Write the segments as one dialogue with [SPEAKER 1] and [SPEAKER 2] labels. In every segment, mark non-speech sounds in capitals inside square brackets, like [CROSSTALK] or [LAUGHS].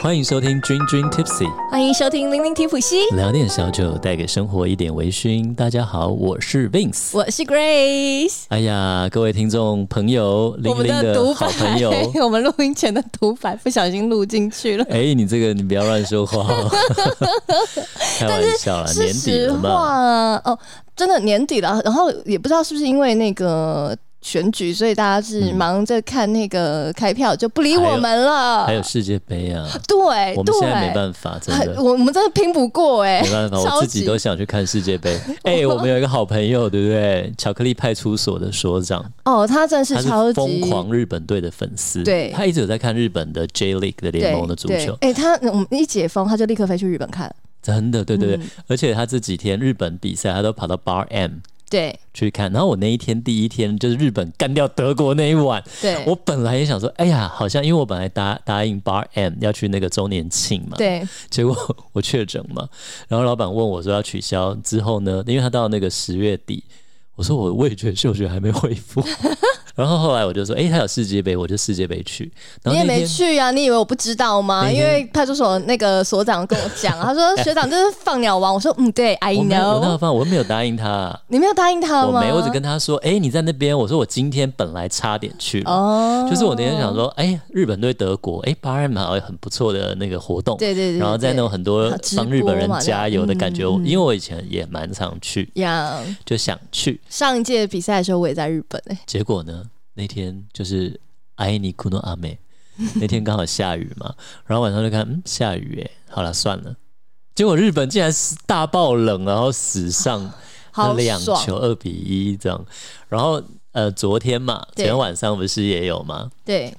[SPEAKER 1] 欢迎收听君君 Tipsy，
[SPEAKER 2] 欢迎收听《零零提普西》，
[SPEAKER 1] 聊点小酒，带给生活一点微醺。大家好，我是 Vince。
[SPEAKER 2] 我是 Grace。
[SPEAKER 1] 哎呀，各位听众朋友，
[SPEAKER 2] 我
[SPEAKER 1] 玲
[SPEAKER 2] 们
[SPEAKER 1] 玲
[SPEAKER 2] 独白
[SPEAKER 1] 好朋友，，
[SPEAKER 2] [LAUGHS] 我们录音前的独白不小心录进去了。
[SPEAKER 1] 哎，你这个你不要乱说
[SPEAKER 2] [LAUGHS]
[SPEAKER 1] 话哦，开玩笑啦，
[SPEAKER 2] 是
[SPEAKER 1] 啊年底
[SPEAKER 2] 实
[SPEAKER 1] 了
[SPEAKER 2] 话
[SPEAKER 1] 嘛，
[SPEAKER 2] 啊哦，真的年底了，然后也不知道是不是因为那个选举，所以大家
[SPEAKER 1] 嗯
[SPEAKER 2] 是忙着看那个开票，就不理我们了。
[SPEAKER 1] 还有世界杯啊，
[SPEAKER 2] 对
[SPEAKER 1] 我们现在没
[SPEAKER 2] 哎对，
[SPEAKER 1] 办法，真的。
[SPEAKER 2] 我们真的拼不过哎、
[SPEAKER 1] 没办法，
[SPEAKER 2] 超
[SPEAKER 1] 我自己
[SPEAKER 2] 级
[SPEAKER 1] 都想去看世界杯。哎、
[SPEAKER 2] [LAUGHS]
[SPEAKER 1] 我们有一个好朋友，对不对？巧克力派出所的所长，
[SPEAKER 2] 哦，他真的是
[SPEAKER 1] 他是
[SPEAKER 2] 超级
[SPEAKER 1] 疯狂日本队的粉丝，
[SPEAKER 2] 对
[SPEAKER 1] 他一直有在看日本的 J League 的联
[SPEAKER 2] 对
[SPEAKER 1] 盟的足
[SPEAKER 2] 对
[SPEAKER 1] 球，
[SPEAKER 2] 哎、他我们一解封，他就立刻飞去日本看。
[SPEAKER 1] 真的，对对对，
[SPEAKER 2] 嗯
[SPEAKER 1] 而且他这几天日本比赛，他都跑到 Bar M
[SPEAKER 2] 对
[SPEAKER 1] 去看。然后我那一天第一天就是日本干掉德国那一晚，
[SPEAKER 2] 对
[SPEAKER 1] 我本来也想说，哎呀，好像因为我本来答答应 Bar M 要去那个周年庆嘛，
[SPEAKER 2] 对，
[SPEAKER 1] 结果我确诊嘛，然后老板问我说要取消之后呢，因为他到那个十月底，我说我味觉嗅觉还没恢
[SPEAKER 2] [LAUGHS]
[SPEAKER 1] 复，然后后来我就说，哎、他有世界杯，我就世界杯去，然
[SPEAKER 2] 你
[SPEAKER 1] 后
[SPEAKER 2] 也
[SPEAKER 1] 那
[SPEAKER 2] 没
[SPEAKER 1] 天。
[SPEAKER 2] 去啊？你以为我不知道吗？
[SPEAKER 1] 那
[SPEAKER 2] 因
[SPEAKER 1] 天
[SPEAKER 2] 为派出所那个所长跟我讲，
[SPEAKER 1] [LAUGHS]
[SPEAKER 2] 他说学长这是放鸟王。我说嗯，对，I
[SPEAKER 1] 我没有，我那
[SPEAKER 2] know。
[SPEAKER 1] 饭我没有答应他，啊
[SPEAKER 2] 你没有答应他
[SPEAKER 1] 我
[SPEAKER 2] 嗯吗？
[SPEAKER 1] 没，我只跟他说，哎、你在那边，我说我今天本来差点去了，
[SPEAKER 2] 哦，
[SPEAKER 1] 就是我那天想说，哎、日本对德国，哎、巴尔马好像很不错的那个活动，
[SPEAKER 2] 对对对，
[SPEAKER 1] 然后在那种很多
[SPEAKER 2] 直播
[SPEAKER 1] 帮日本人
[SPEAKER 2] 嘛
[SPEAKER 1] 加油的感觉，
[SPEAKER 2] 这样嗯嗯嗯
[SPEAKER 1] 因为我以前也蛮常去，
[SPEAKER 2] 呀
[SPEAKER 1] 就想去，
[SPEAKER 2] 上一届比赛的时候我也在日本哎、
[SPEAKER 1] 结果呢，那天就是爱你库诺阿美，那天刚好下雨嘛，然后晚上就看，嗯，下雨哎，好了算了，结果日本竟然是大爆冷，然后史上那
[SPEAKER 2] 好
[SPEAKER 1] 两
[SPEAKER 2] 爽
[SPEAKER 1] 球二比一这样，然后呃，昨天嘛，昨
[SPEAKER 2] 对
[SPEAKER 1] 天晚上不是也有吗？
[SPEAKER 2] 对，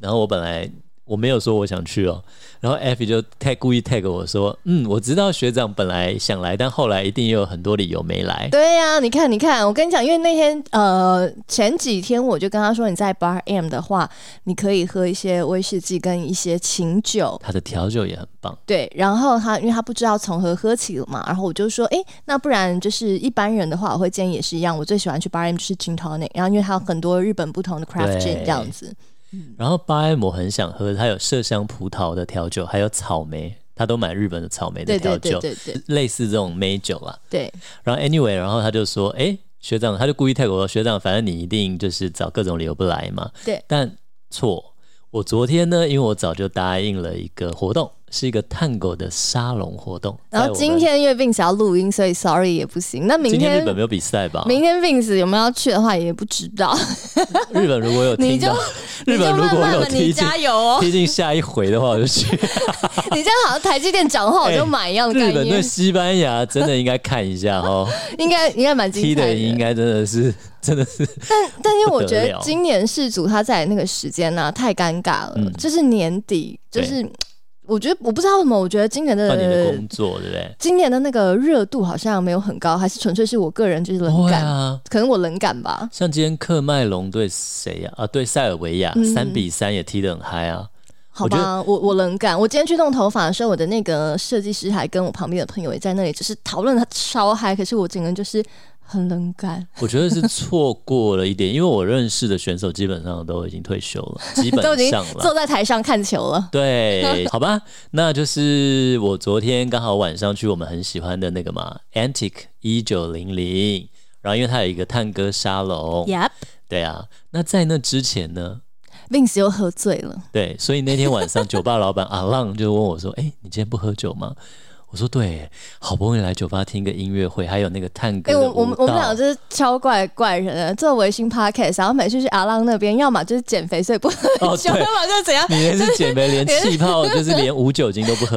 [SPEAKER 1] 然后我本来我没有说我想去哦，然后 Effie 就 tag 故意 tag 我说，嗯，我知道学长本来想来，但后来一定也有很多理由没来。
[SPEAKER 2] 对呀、你看，你看，我跟你讲，因为那天呃前几天我就跟他说，你在 Bar M 的话，你可以喝一些威士忌跟一些琴酒，
[SPEAKER 1] 他的调酒也很棒，
[SPEAKER 2] 对，然后他因为他不知道从何喝起嘛，然后我就说，哎，那不然就是一般人的话，我会建议也是一样，我最喜欢去 Bar M 就是 gin tonic，然后因为它有很多日本不同的 craft
[SPEAKER 1] 对
[SPEAKER 2] gin 这样子，
[SPEAKER 1] 然后巴埃姆很想喝，他有麝香葡萄的调酒，还有草莓，他都买日本的草莓的
[SPEAKER 2] 对
[SPEAKER 1] 调
[SPEAKER 2] 对对
[SPEAKER 1] 酒，
[SPEAKER 2] 对对
[SPEAKER 1] 类似这种美酒啦。
[SPEAKER 2] 对
[SPEAKER 1] 然后 anyway，然后他就说，哎，学长，他就故意 tag 我说，学长，反正你一定就是找各种理由不来嘛。
[SPEAKER 2] 对
[SPEAKER 1] 但错，我昨天呢，因为我早就答应了一个活动，是一个探狗的沙龙活动。
[SPEAKER 2] 然
[SPEAKER 1] 在
[SPEAKER 2] 后
[SPEAKER 1] 我们
[SPEAKER 2] 今天因为 Vince 要录音，所以 sorry 也不行。那明
[SPEAKER 1] 今天日
[SPEAKER 2] 天
[SPEAKER 1] 本没有比赛吧？
[SPEAKER 2] 明天 Vince 有没有要去的话也不知道，
[SPEAKER 1] 日本如果有
[SPEAKER 2] [LAUGHS]
[SPEAKER 1] 听
[SPEAKER 2] 你就
[SPEAKER 1] 到，日本如
[SPEAKER 2] 你就
[SPEAKER 1] 果
[SPEAKER 2] 慢慢
[SPEAKER 1] 有
[SPEAKER 2] 吧你
[SPEAKER 1] 踢进
[SPEAKER 2] 加油哦！
[SPEAKER 1] 踢进下一回的话，我就
[SPEAKER 2] [LAUGHS]
[SPEAKER 1] 去。
[SPEAKER 2] 你这样好像台积电讲话我
[SPEAKER 1] [LAUGHS]
[SPEAKER 2] 就买一样的
[SPEAKER 1] 哎日
[SPEAKER 2] 概
[SPEAKER 1] 本对
[SPEAKER 2] 念，
[SPEAKER 1] 西班牙真的应该看一下哦，
[SPEAKER 2] 应该应该蛮 [LAUGHS] 精
[SPEAKER 1] 踢
[SPEAKER 2] 彩
[SPEAKER 1] 的应该真的是真的是
[SPEAKER 2] 但因为我觉
[SPEAKER 1] [LAUGHS] 不得
[SPEAKER 2] 得
[SPEAKER 1] 了
[SPEAKER 2] 今年世足他在那个时间呢、太尴尬了，
[SPEAKER 1] 嗯
[SPEAKER 2] 就是年底，就是我觉得我不知道为什么，我觉得今年
[SPEAKER 1] 换你的
[SPEAKER 2] 的
[SPEAKER 1] 工作，对不对？
[SPEAKER 2] 今年的那个热度好像没有很高，还是纯粹是我个人就是
[SPEAKER 1] 不
[SPEAKER 2] 冷
[SPEAKER 1] 会
[SPEAKER 2] 感，
[SPEAKER 1] 啊，
[SPEAKER 2] 可能我冷感吧。
[SPEAKER 1] 像今天克麦隆对谁呀、啊？对塞尔维亚
[SPEAKER 2] 嗯
[SPEAKER 1] 三、比三也踢得很嗨啊！
[SPEAKER 2] 好吧，我我冷感。我今天去弄头发的时候，我的那个设计师还跟我旁边的朋友也在那里，就是讨论他超嗨，可是我整个人就是很冷感，
[SPEAKER 1] 我觉得是错过了一点，因为我认识的选手基本上都已经退休
[SPEAKER 2] [LAUGHS]
[SPEAKER 1] 了，基本
[SPEAKER 2] 都已经
[SPEAKER 1] 上了
[SPEAKER 2] 坐。在台上看球了。
[SPEAKER 1] 对， [LAUGHS] 好吧，那就是我昨天刚好晚上去我们很喜欢的那个嘛，Antique 一九零零，然后因为它有一个探戈沙龙
[SPEAKER 2] Yep。
[SPEAKER 1] 对啊，那在那之前呢，
[SPEAKER 2] Vince 又喝醉了，
[SPEAKER 1] 对，所以那天晚上酒吧老板阿 [LAUGHS] 浪就问我说：“哎、你今天不喝酒吗？”我说：“对，好不容易来酒吧听个音乐会，还有那个探戈
[SPEAKER 2] 哎、
[SPEAKER 1] 的
[SPEAKER 2] 我我
[SPEAKER 1] 舞
[SPEAKER 2] 们我
[SPEAKER 1] 蹈
[SPEAKER 2] 们俩就是超怪怪人的，做维新 podcast，然后每次去阿浪那边，要么就是减肥，所以不喝
[SPEAKER 1] 哦
[SPEAKER 2] 酒；
[SPEAKER 1] 对
[SPEAKER 2] 要么就是
[SPEAKER 1] [LAUGHS]
[SPEAKER 2] 怎样，
[SPEAKER 1] [LAUGHS] 你连是减肥，连气泡就是连无酒精都
[SPEAKER 2] [LAUGHS]
[SPEAKER 1] 不喝。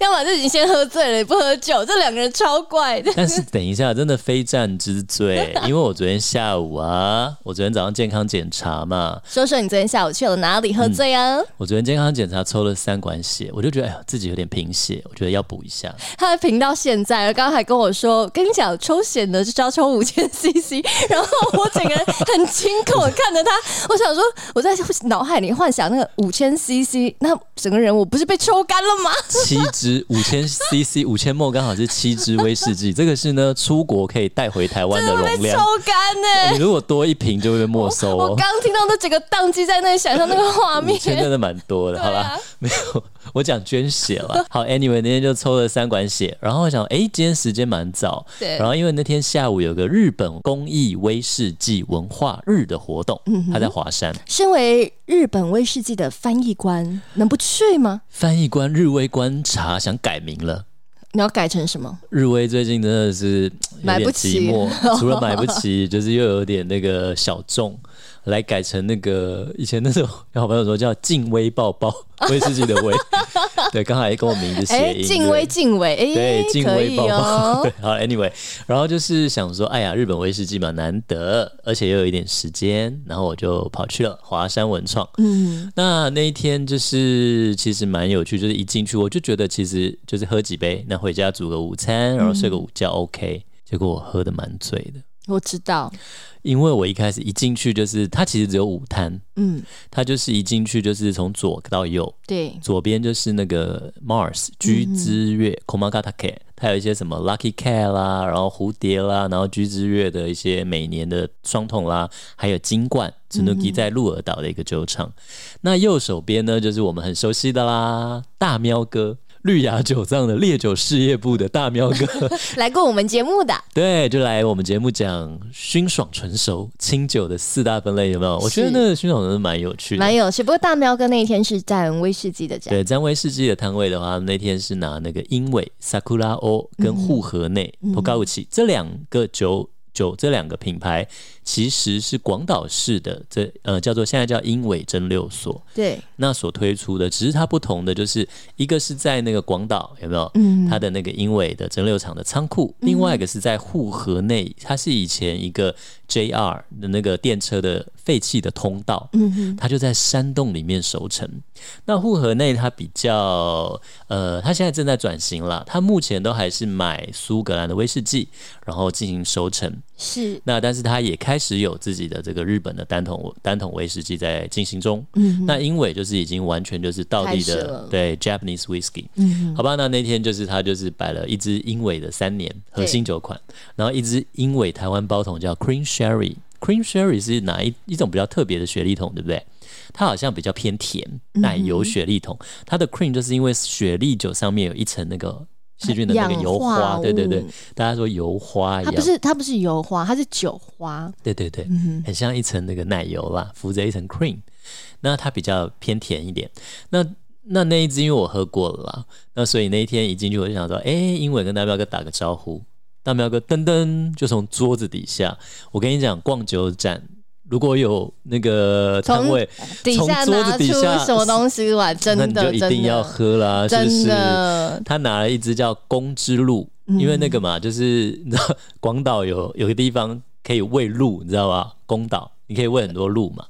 [SPEAKER 2] 要么就已经先喝醉了，也不喝酒。这两个人超怪的。
[SPEAKER 1] 但是等一下，真的非战之
[SPEAKER 2] [LAUGHS]
[SPEAKER 1] 罪，因为我昨天下午啊，我昨天早上健康检查嘛，
[SPEAKER 2] 说说你昨天下午去了哪里喝醉啊？
[SPEAKER 1] 我昨天健康检查抽了三管血，我就觉得哎呀，自己有点贫血，我觉得要补一下。
[SPEAKER 2] 他的频道现在，刚刚还跟我说，跟你讲抽险的就是要抽五千 CC，然 [LAUGHS] 后我整个人很惊恐看着他，我想说我在脑海里幻想那个五千 CC，那整个人我不是被抽干了吗？
[SPEAKER 1] 七
[SPEAKER 2] [LAUGHS]
[SPEAKER 1] 支五千 CC 五千梦刚好是七支威士忌，这个是呢出国可以带回台湾的
[SPEAKER 2] 真的 [LAUGHS]
[SPEAKER 1] 容
[SPEAKER 2] 被
[SPEAKER 1] 量。
[SPEAKER 2] 抽干呢、
[SPEAKER 1] 你如果多一瓶就会被没收
[SPEAKER 2] 我
[SPEAKER 1] 哦。
[SPEAKER 2] 刚听到那整个宕机在那里想象那个画
[SPEAKER 1] 五
[SPEAKER 2] 面，
[SPEAKER 1] 千真的蛮多的，
[SPEAKER 2] [LAUGHS] 对啊
[SPEAKER 1] 好吧？没有，我讲捐血了。好，Anyway，那天就抽了三管血，然后我想，哎、今天时间蛮早，
[SPEAKER 2] 对
[SPEAKER 1] 然后因为那天下午有个日本公益威士忌文化日的活动，
[SPEAKER 2] 嗯
[SPEAKER 1] 他在华山。
[SPEAKER 2] 身为日本威士忌的翻译官，能不去吗？
[SPEAKER 1] 翻译官日威观察想改名了。
[SPEAKER 2] 你要改成什么？
[SPEAKER 1] 日威最近真的是有
[SPEAKER 2] 买
[SPEAKER 1] 点
[SPEAKER 2] 不
[SPEAKER 1] 寂
[SPEAKER 2] 起
[SPEAKER 1] 寞，
[SPEAKER 2] [LAUGHS]
[SPEAKER 1] 除了买不起，就是又有点那个小众，来改成那个以前那种 [LAUGHS] 好朋友说叫“静威抱抱”，威士忌的
[SPEAKER 2] [LAUGHS]
[SPEAKER 1] 威。对，刚才跟我名字谐音。
[SPEAKER 2] 哎敬威敬伟，哎、
[SPEAKER 1] 对，对静
[SPEAKER 2] 可
[SPEAKER 1] 威
[SPEAKER 2] 以
[SPEAKER 1] 抱抱。
[SPEAKER 2] 哦
[SPEAKER 1] 对，， [LAUGHS] 好，anyway，然后就是想说，哎呀，日本威士忌嘛，难得，而且又有一点时间，然后我就跑去了华山文创。
[SPEAKER 2] 嗯，
[SPEAKER 1] 那那一天就是其实蛮有趣，就是一进去我就觉得其实就是喝几杯，那回家煮个午餐，然后睡个午觉、OK。结
[SPEAKER 2] 嗯
[SPEAKER 1] 果我喝的蛮醉的，
[SPEAKER 2] 我知道，
[SPEAKER 1] 因为我一开始一进去就是它其实只有五摊，
[SPEAKER 2] 嗯，
[SPEAKER 1] 它就是一进去就是从左到右，
[SPEAKER 2] 对，
[SPEAKER 1] 左边就是那个 Mars 居之月 Komagatake，它有一些什么 Lucky Cat 啦，然后蝴蝶啦，然后居之月的一些每年的双筒啦，还有金冠 Tsunuki 在鹿儿岛的一个酒厂。那右手边呢，就是我们很熟悉的啦，大喵哥。绿芽酒藏的烈酒事业部的大喵哥，
[SPEAKER 2] 来过我们节目的，
[SPEAKER 1] 对，就来我们节目讲熏爽纯熟清酒的四大分类，有没有？我觉得
[SPEAKER 2] 是
[SPEAKER 1] 那个熏爽真的蛮有趣的，
[SPEAKER 2] 蛮有趣。不过大喵哥那一天是占威士忌的奖，
[SPEAKER 1] 对，詹威士忌的摊位的话，那天是拿那个英尾 Sakura O 跟户河内 t o k a u c h 这两个酒酒这两个品牌，其实是广岛市的这呃叫做现在叫英尾蒸馏所。
[SPEAKER 2] 对，
[SPEAKER 1] 那所推出的，只是它不同的就是一个是在那个广岛有没有？
[SPEAKER 2] 嗯
[SPEAKER 1] 它的那个英伟的蒸馏厂的仓库，另外一个是在户河内，它是以前一个 JR 的那个电车的废弃的通道，
[SPEAKER 2] 嗯
[SPEAKER 1] 它就在山洞里面熟成。那户河内它比较呃，它现在正在转型了，它目前都还是买苏格兰的威士忌，然后进行熟成。
[SPEAKER 2] 是，
[SPEAKER 1] 那但是它也开始有自己的这个日本的单桶单桶威士忌在进行中。
[SPEAKER 2] 嗯
[SPEAKER 1] 那英伟就是已经完全就是道地
[SPEAKER 2] 开始
[SPEAKER 1] 的
[SPEAKER 2] 了
[SPEAKER 1] 对 Japanese whisky，、
[SPEAKER 2] 嗯，
[SPEAKER 1] 好吧？那那天就是他就是摆了一支英伟的三年核心酒款，然后一支英伟台湾包桶叫 Cream Sherry。Cream Sherry 是哪一一种比较特别的雪莉桶，对不对？它好像比较偏甜，
[SPEAKER 2] 嗯
[SPEAKER 1] 奶油雪莉桶。它的 cream 就是因为雪莉酒上面有一层那个细菌的那个
[SPEAKER 2] 呃氧
[SPEAKER 1] 油花，
[SPEAKER 2] 化
[SPEAKER 1] 对对对
[SPEAKER 2] 物，
[SPEAKER 1] 大家说油花一
[SPEAKER 2] 它
[SPEAKER 1] 样
[SPEAKER 2] 不，是它不是油花，它是酒花，
[SPEAKER 1] 对对对，
[SPEAKER 2] 嗯，
[SPEAKER 1] 很像一层那个奶油啦，浮着一层 cream。那它比较偏甜一点。那那那一支因为我喝过了啦，那所以那一天一进去我就想说，哎、英伟跟大彪哥打个招呼。大彪哥噔噔就从桌子底下，我跟你讲，逛酒展如果有那个摊位，
[SPEAKER 2] 底
[SPEAKER 1] 从
[SPEAKER 2] 下
[SPEAKER 1] 桌子
[SPEAKER 2] 拿
[SPEAKER 1] 底
[SPEAKER 2] 出
[SPEAKER 1] 下
[SPEAKER 2] 什么东西来，真
[SPEAKER 1] 那
[SPEAKER 2] 的
[SPEAKER 1] 你就一
[SPEAKER 2] 真的
[SPEAKER 1] 定要喝啦，是不
[SPEAKER 2] 真
[SPEAKER 1] 是？
[SPEAKER 2] 的，
[SPEAKER 1] 他拿了一支叫“公之路”，因为那个嘛，就是 [LAUGHS] 你知道广岛有有个地方可以喂鹿，你知道吧？公岛你可以喂很多鹿嘛。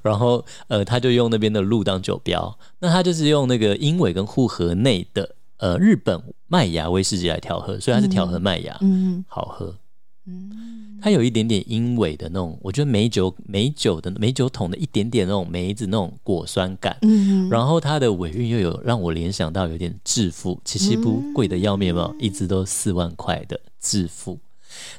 [SPEAKER 1] 然后呃，他就用那边的鹿当酒标，那他就是用那个英尾跟户河内的呃日本麦芽威士忌来调和，所以它是调和麦芽，
[SPEAKER 2] 嗯
[SPEAKER 1] 好喝。
[SPEAKER 2] 嗯，
[SPEAKER 1] 它有一点点英尾的那种，我觉得美酒美酒的美酒桶的一点点那种梅子那种果酸感，
[SPEAKER 2] 嗯，
[SPEAKER 1] 然后它的尾韵又有让我联想到有点致富，其实不贵的要命，有没
[SPEAKER 2] 嗯
[SPEAKER 1] 有？一支都四万块的致富。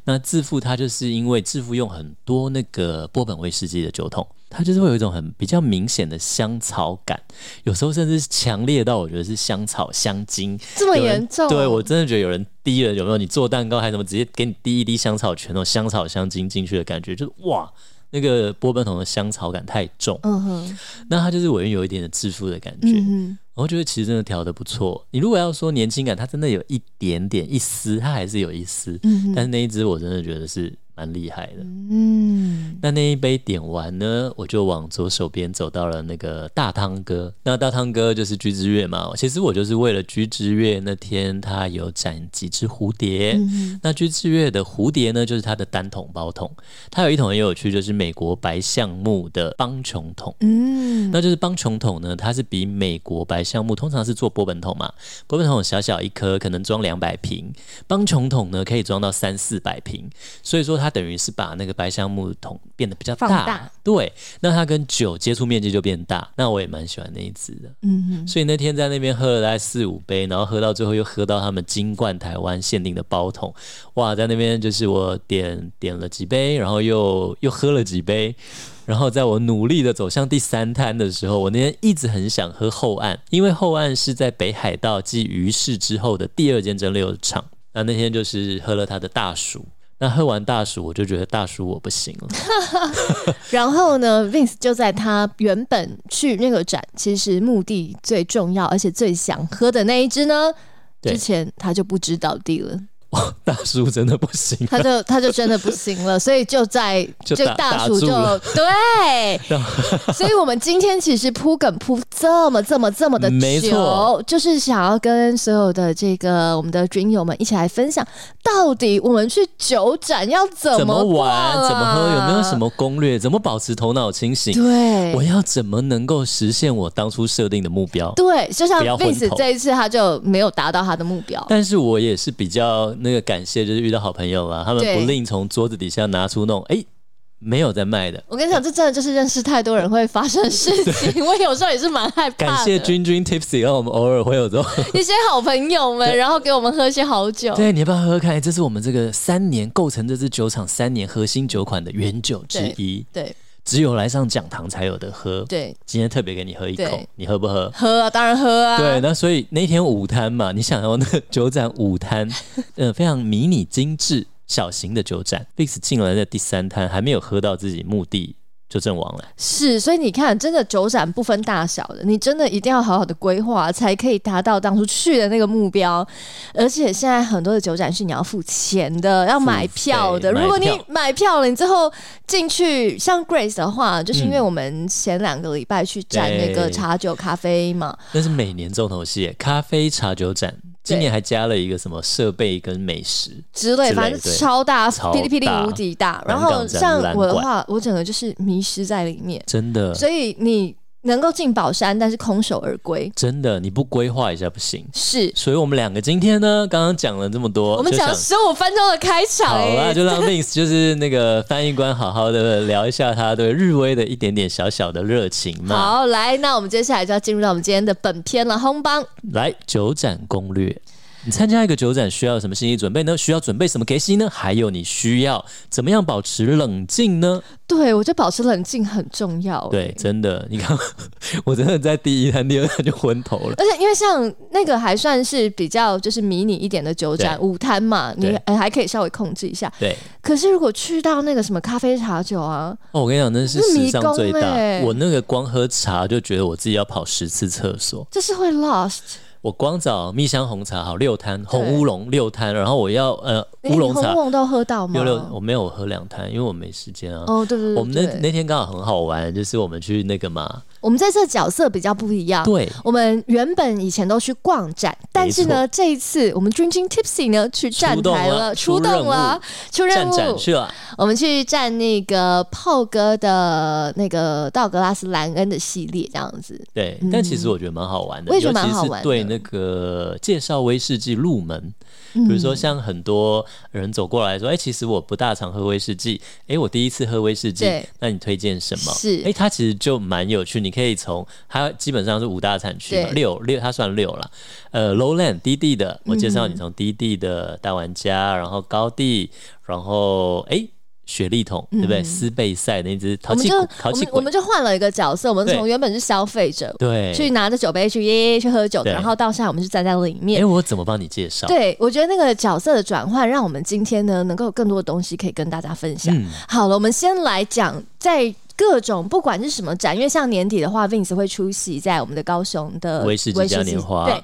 [SPEAKER 1] 那致富它就是因为致富用很多那个波本威士忌的酒桶，它就是会有一种很比较明显的香草感，有时候甚至强烈到我觉得是香草香精。
[SPEAKER 2] 这么
[SPEAKER 1] 有人
[SPEAKER 2] 严重，哦
[SPEAKER 1] 对我真的觉得有人滴了，有没有？你做蛋糕还是什么，直接给你滴一滴香草，全都香草香精进去的感觉，就是哇，那个波本桶的香草感太重。
[SPEAKER 2] 嗯哼，
[SPEAKER 1] 那它就是尾韵有一点点致富的感觉。
[SPEAKER 2] 嗯哼。
[SPEAKER 1] 然后觉得其实真的调的不错。你如果要说年轻感，它真的有一点点一丝，它还是有一丝。
[SPEAKER 2] 嗯哼
[SPEAKER 1] 但是那一支我真的觉得是蛮厉害的。
[SPEAKER 2] 嗯，
[SPEAKER 1] 那那一杯点完呢，我就往左手边走到了那个大汤哥。那大汤哥就是居之月嘛。其实我就是为了居之月那天他有展几只蝴蝶。
[SPEAKER 2] 嗯
[SPEAKER 1] 那居之月的蝴蝶呢，就是它的单筒包桶。它有一桶很有趣，就是美国白橡木的帮穷桶。
[SPEAKER 2] 嗯，
[SPEAKER 1] 那就是帮穷桶呢，它是比美国白橡木通常是做波本桶嘛，波本桶小小一颗可能装两百瓶，帮穷桶呢可以装到三四百瓶，所以说它等于是把那个白橡木桶变得比较大，
[SPEAKER 2] 放大
[SPEAKER 1] 对，那它跟酒接触面积就变大，那我也蛮喜欢那一支的，
[SPEAKER 2] 嗯
[SPEAKER 1] 所以那天在那边喝了大概四五杯，然后喝到最后又喝到他们金冠台湾限定的包桶，哇，在那边就是我点点了几杯，然后又又喝了几杯，然后在我努力的走向第三摊的时候，我那天一直很想喝后岸，因为后岸是在北海道继鱼市之后的第二间蒸馏厂，那那天就是喝了他的大薯。那喝完大薯，我就觉得大薯我不行了。
[SPEAKER 2] 然后呢，Vince 就在他原本去那个展，其实目的最重要，而且最想喝的那一支呢，
[SPEAKER 1] 对
[SPEAKER 2] 之前他就不知倒地了，
[SPEAKER 1] 大薯真的不行，
[SPEAKER 2] 他就他就真的不行了，所以就在
[SPEAKER 1] 就打
[SPEAKER 2] 大
[SPEAKER 1] 打
[SPEAKER 2] 叔
[SPEAKER 1] 住
[SPEAKER 2] 就
[SPEAKER 1] 了 [LAUGHS]
[SPEAKER 2] 对， [LAUGHS] 所以我们今天其实铺梗铺这么这么这么的
[SPEAKER 1] 没
[SPEAKER 2] 久
[SPEAKER 1] 错，
[SPEAKER 2] 就是想要跟所有的这个我们的军友们一起来分享，到底我们去酒展要
[SPEAKER 1] [LAUGHS]
[SPEAKER 2] 怎
[SPEAKER 1] 怎 [LAUGHS] 么
[SPEAKER 2] 过啊
[SPEAKER 1] 玩，怎么喝，有没有什？么攻略，怎么保持头脑清醒？我
[SPEAKER 2] 对。
[SPEAKER 1] 要怎么能够实现我当初设定的目标？
[SPEAKER 2] 对，就像
[SPEAKER 1] 不要昏
[SPEAKER 2] Vince
[SPEAKER 1] 头
[SPEAKER 2] 这一次，他就没有达到他的目标。
[SPEAKER 1] 但是我也是比较那个感谢，就是遇到好朋友啦，他们
[SPEAKER 2] 对
[SPEAKER 1] 不吝从桌子底下拿出那种哎、没有在卖的。
[SPEAKER 2] 我跟你讲，这真的就是认识太多人会发生的事情。我有时候也是蛮害怕的。
[SPEAKER 1] 感谢君君 Tipsy，让我哦们偶尔会有这
[SPEAKER 2] [LAUGHS]
[SPEAKER 1] 种。 [LAUGHS]
[SPEAKER 2] 一些好朋友们，然后给我们喝一些好酒。
[SPEAKER 1] 对，你要不要喝喝看？哎这是我们这个三年构成这支酒厂三年核心酒款的原酒之一，
[SPEAKER 2] 对
[SPEAKER 1] 只有来上讲堂才有的喝。
[SPEAKER 2] 对，
[SPEAKER 1] 今天特别给你喝一口
[SPEAKER 2] 对，
[SPEAKER 1] 你喝不喝？
[SPEAKER 2] 喝啊，当然喝啊。
[SPEAKER 1] 对，那所以那天午摊嘛，你想要那个酒展午
[SPEAKER 2] [LAUGHS]
[SPEAKER 1] 摊，呃，非常迷你精致小型的酒展，Fix 进来的第三摊还没有喝到自己目的就阵亡了。
[SPEAKER 2] 是，所以你看，真的酒展不分大小的，你真的一定要好好的规划，才可以达到当初去的那个目标。而且现在很多的酒展是你要付钱的，要买票的。
[SPEAKER 1] 付费
[SPEAKER 2] 如果你
[SPEAKER 1] 买票
[SPEAKER 2] 买票了，你之后进去，像 Grace 的话，就是因为
[SPEAKER 1] 嗯
[SPEAKER 2] 我们前两个礼拜去展那个
[SPEAKER 1] 对
[SPEAKER 2] 茶酒咖啡嘛，
[SPEAKER 1] 那是每年重头戏耶，咖啡茶酒展，今
[SPEAKER 2] 对
[SPEAKER 1] 年还加了一个什么设备跟美食，
[SPEAKER 2] 之
[SPEAKER 1] 之
[SPEAKER 2] 类，
[SPEAKER 1] 类
[SPEAKER 2] 反正
[SPEAKER 1] 对
[SPEAKER 2] 超大，
[SPEAKER 1] 超
[SPEAKER 2] 噼里噼里
[SPEAKER 1] 大
[SPEAKER 2] 无敌大。然
[SPEAKER 1] 南
[SPEAKER 2] 后
[SPEAKER 1] 港展
[SPEAKER 2] 像
[SPEAKER 1] 览
[SPEAKER 2] 我的
[SPEAKER 1] 馆
[SPEAKER 2] 话，我整个就是迷失在里面。
[SPEAKER 1] 真的，
[SPEAKER 2] 所以你能够进宝山，但是空手而归。
[SPEAKER 1] 真的，你不规划一下不行。
[SPEAKER 2] 是
[SPEAKER 1] 所以我们两个今天呢，刚刚讲了这么多，
[SPEAKER 2] 我们
[SPEAKER 1] 就
[SPEAKER 2] 讲
[SPEAKER 1] 想
[SPEAKER 2] 十五分钟的开场、
[SPEAKER 1] 好啦，
[SPEAKER 2] 哎，
[SPEAKER 1] 就让 Vince 就是那个翻译官好好的聊一下他对日威的一点点小小的热情嘛。
[SPEAKER 2] 好，来，那我们接下来就要进入到我们今天的本片了，烘帮。
[SPEAKER 1] 来，酒展攻略。你参加一个酒展需要什么心理准备呢？需要准备什么给息呢？还有你需要怎么样保持冷静呢？
[SPEAKER 2] 对，我觉得保持冷静很重要、哎
[SPEAKER 1] 对，，真的，你看， [LAUGHS] 我真的在第一摊、第二摊就昏头
[SPEAKER 2] [LAUGHS]
[SPEAKER 1] 了。
[SPEAKER 2] 而且因为像那个还算是比较就是迷你一点的酒展
[SPEAKER 1] 对
[SPEAKER 2] 午餐嘛，你
[SPEAKER 1] 对
[SPEAKER 2] 哎还可以稍微控制一下。
[SPEAKER 1] 对，
[SPEAKER 2] 可是如果去到那个什么咖啡茶酒啊，
[SPEAKER 1] 哦，我跟你讲，那是史上最
[SPEAKER 2] 那迷宫
[SPEAKER 1] 大。
[SPEAKER 2] 欸
[SPEAKER 1] 我那个光喝茶就觉得我自己要跑十次厕所。
[SPEAKER 2] 这是会 lost。
[SPEAKER 1] 我光找蜜香红茶好六摊，红乌龙六摊，然后我要呃
[SPEAKER 2] 哎你
[SPEAKER 1] 乌龙
[SPEAKER 2] 红
[SPEAKER 1] 茶
[SPEAKER 2] 乌龙都喝到吗
[SPEAKER 1] 六？六，我没有喝两摊，因为我没时间啊。
[SPEAKER 2] 哦，对对对对，
[SPEAKER 1] 我们那
[SPEAKER 2] 对
[SPEAKER 1] 那天刚好很好玩，就是我们去那个嘛，
[SPEAKER 2] 我们这次的角色比较不一样。
[SPEAKER 1] 对，
[SPEAKER 2] 我们原本以前都去逛展，但是呢，这一次我们军军 Tipsy 呢去站台了，出
[SPEAKER 1] 出
[SPEAKER 2] 动
[SPEAKER 1] 动了
[SPEAKER 2] 了，出任
[SPEAKER 1] 站
[SPEAKER 2] 务，
[SPEAKER 1] 展去了。
[SPEAKER 2] 我们去站那个炮哥的那个道格拉斯兰恩的系列，这样子。
[SPEAKER 1] 对，但其实我觉得蛮好玩的，
[SPEAKER 2] 嗯我也觉
[SPEAKER 1] 尤
[SPEAKER 2] 得蛮
[SPEAKER 1] 其
[SPEAKER 2] 好
[SPEAKER 1] 是
[SPEAKER 2] 玩的
[SPEAKER 1] 对那个介绍威士忌入门，
[SPEAKER 2] 嗯
[SPEAKER 1] 比如说像很多人走过来说，哎、其实我不大常喝威士忌，哎、我第一次喝威士忌
[SPEAKER 2] 对，
[SPEAKER 1] 那你推荐什么？
[SPEAKER 2] 是
[SPEAKER 1] 哎、它其实就蛮有趣，你可以从它基本上是五大产区嘛
[SPEAKER 2] 对，嗯
[SPEAKER 1] 六六它算六啦，呃，Lowland 低地的，我介绍你从低地的大玩家，然后高地，然后哎。雪莉桶对不对？斯贝塞那只
[SPEAKER 2] 嗯我
[SPEAKER 1] 淘
[SPEAKER 2] 们
[SPEAKER 1] 气
[SPEAKER 2] 就
[SPEAKER 1] 鬼，淘
[SPEAKER 2] 我
[SPEAKER 1] 气
[SPEAKER 2] 们我
[SPEAKER 1] 鬼
[SPEAKER 2] 们，就换了一个角色，我们
[SPEAKER 1] 对
[SPEAKER 2] 从原本是消费者，
[SPEAKER 1] 对，
[SPEAKER 2] 去拿着酒杯去耶耶去喝酒的，
[SPEAKER 1] 对
[SPEAKER 2] 然后到现在我们是站在里
[SPEAKER 1] 哎、
[SPEAKER 2] 面。
[SPEAKER 1] 我怎么帮你介绍？
[SPEAKER 2] 对，我觉得那个角色的转换，让我们今天呢能够有更多的东西可以跟大家分享。
[SPEAKER 1] 嗯，
[SPEAKER 2] 好了，我们先来讲在。各种不管是什么展，因为像年底的话，Vince 会出席在我们的高雄的
[SPEAKER 1] 威士忌嘉年华
[SPEAKER 2] 对，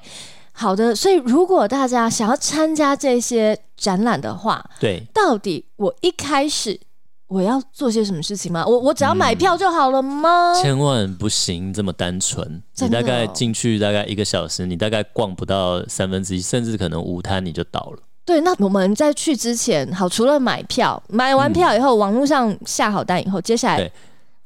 [SPEAKER 2] 好的，所以如果大家想要参加这些展览的话，
[SPEAKER 1] 对，
[SPEAKER 2] 到底我一开始我要做些什么事情吗？我我只要买票就好了吗？
[SPEAKER 1] 千万不行这么单纯。你
[SPEAKER 2] 嗯真的
[SPEAKER 1] 大
[SPEAKER 2] 哦
[SPEAKER 1] 概进去大概一个小时，你大概逛不到三分之一，甚至可能无摊你就倒了。
[SPEAKER 2] 对，那我们在去之前，好，除了买票，买完票以后，网络上下好单以后，接下来
[SPEAKER 1] 嗯对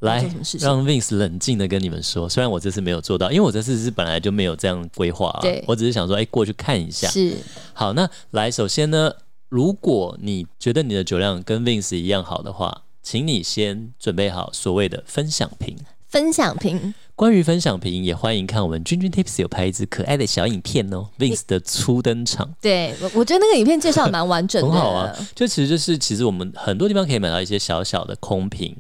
[SPEAKER 1] 来
[SPEAKER 2] 做什么事，情
[SPEAKER 1] 让 Vince 冷静的跟你们说，虽然我这次没有做到，因为我这次是本来就没有这样规划、啊
[SPEAKER 2] 对，
[SPEAKER 1] 我只是想说，哎、过去看一下。
[SPEAKER 2] 是
[SPEAKER 1] 好，那来，首先呢，如果你觉得你的酒量跟 Vince 一样好的话，请你先准备好所谓的分享瓶。
[SPEAKER 2] 分享屏，
[SPEAKER 1] 关于分享瓶，也欢迎看我们君君 Tips 有拍一支可爱的小影片哦，Vince 的初登场。
[SPEAKER 2] 对我我觉得那个影片介绍得蛮完整的，
[SPEAKER 1] 很好啊，就其实就是其实我们很多地方可以买到一些小小的空瓶。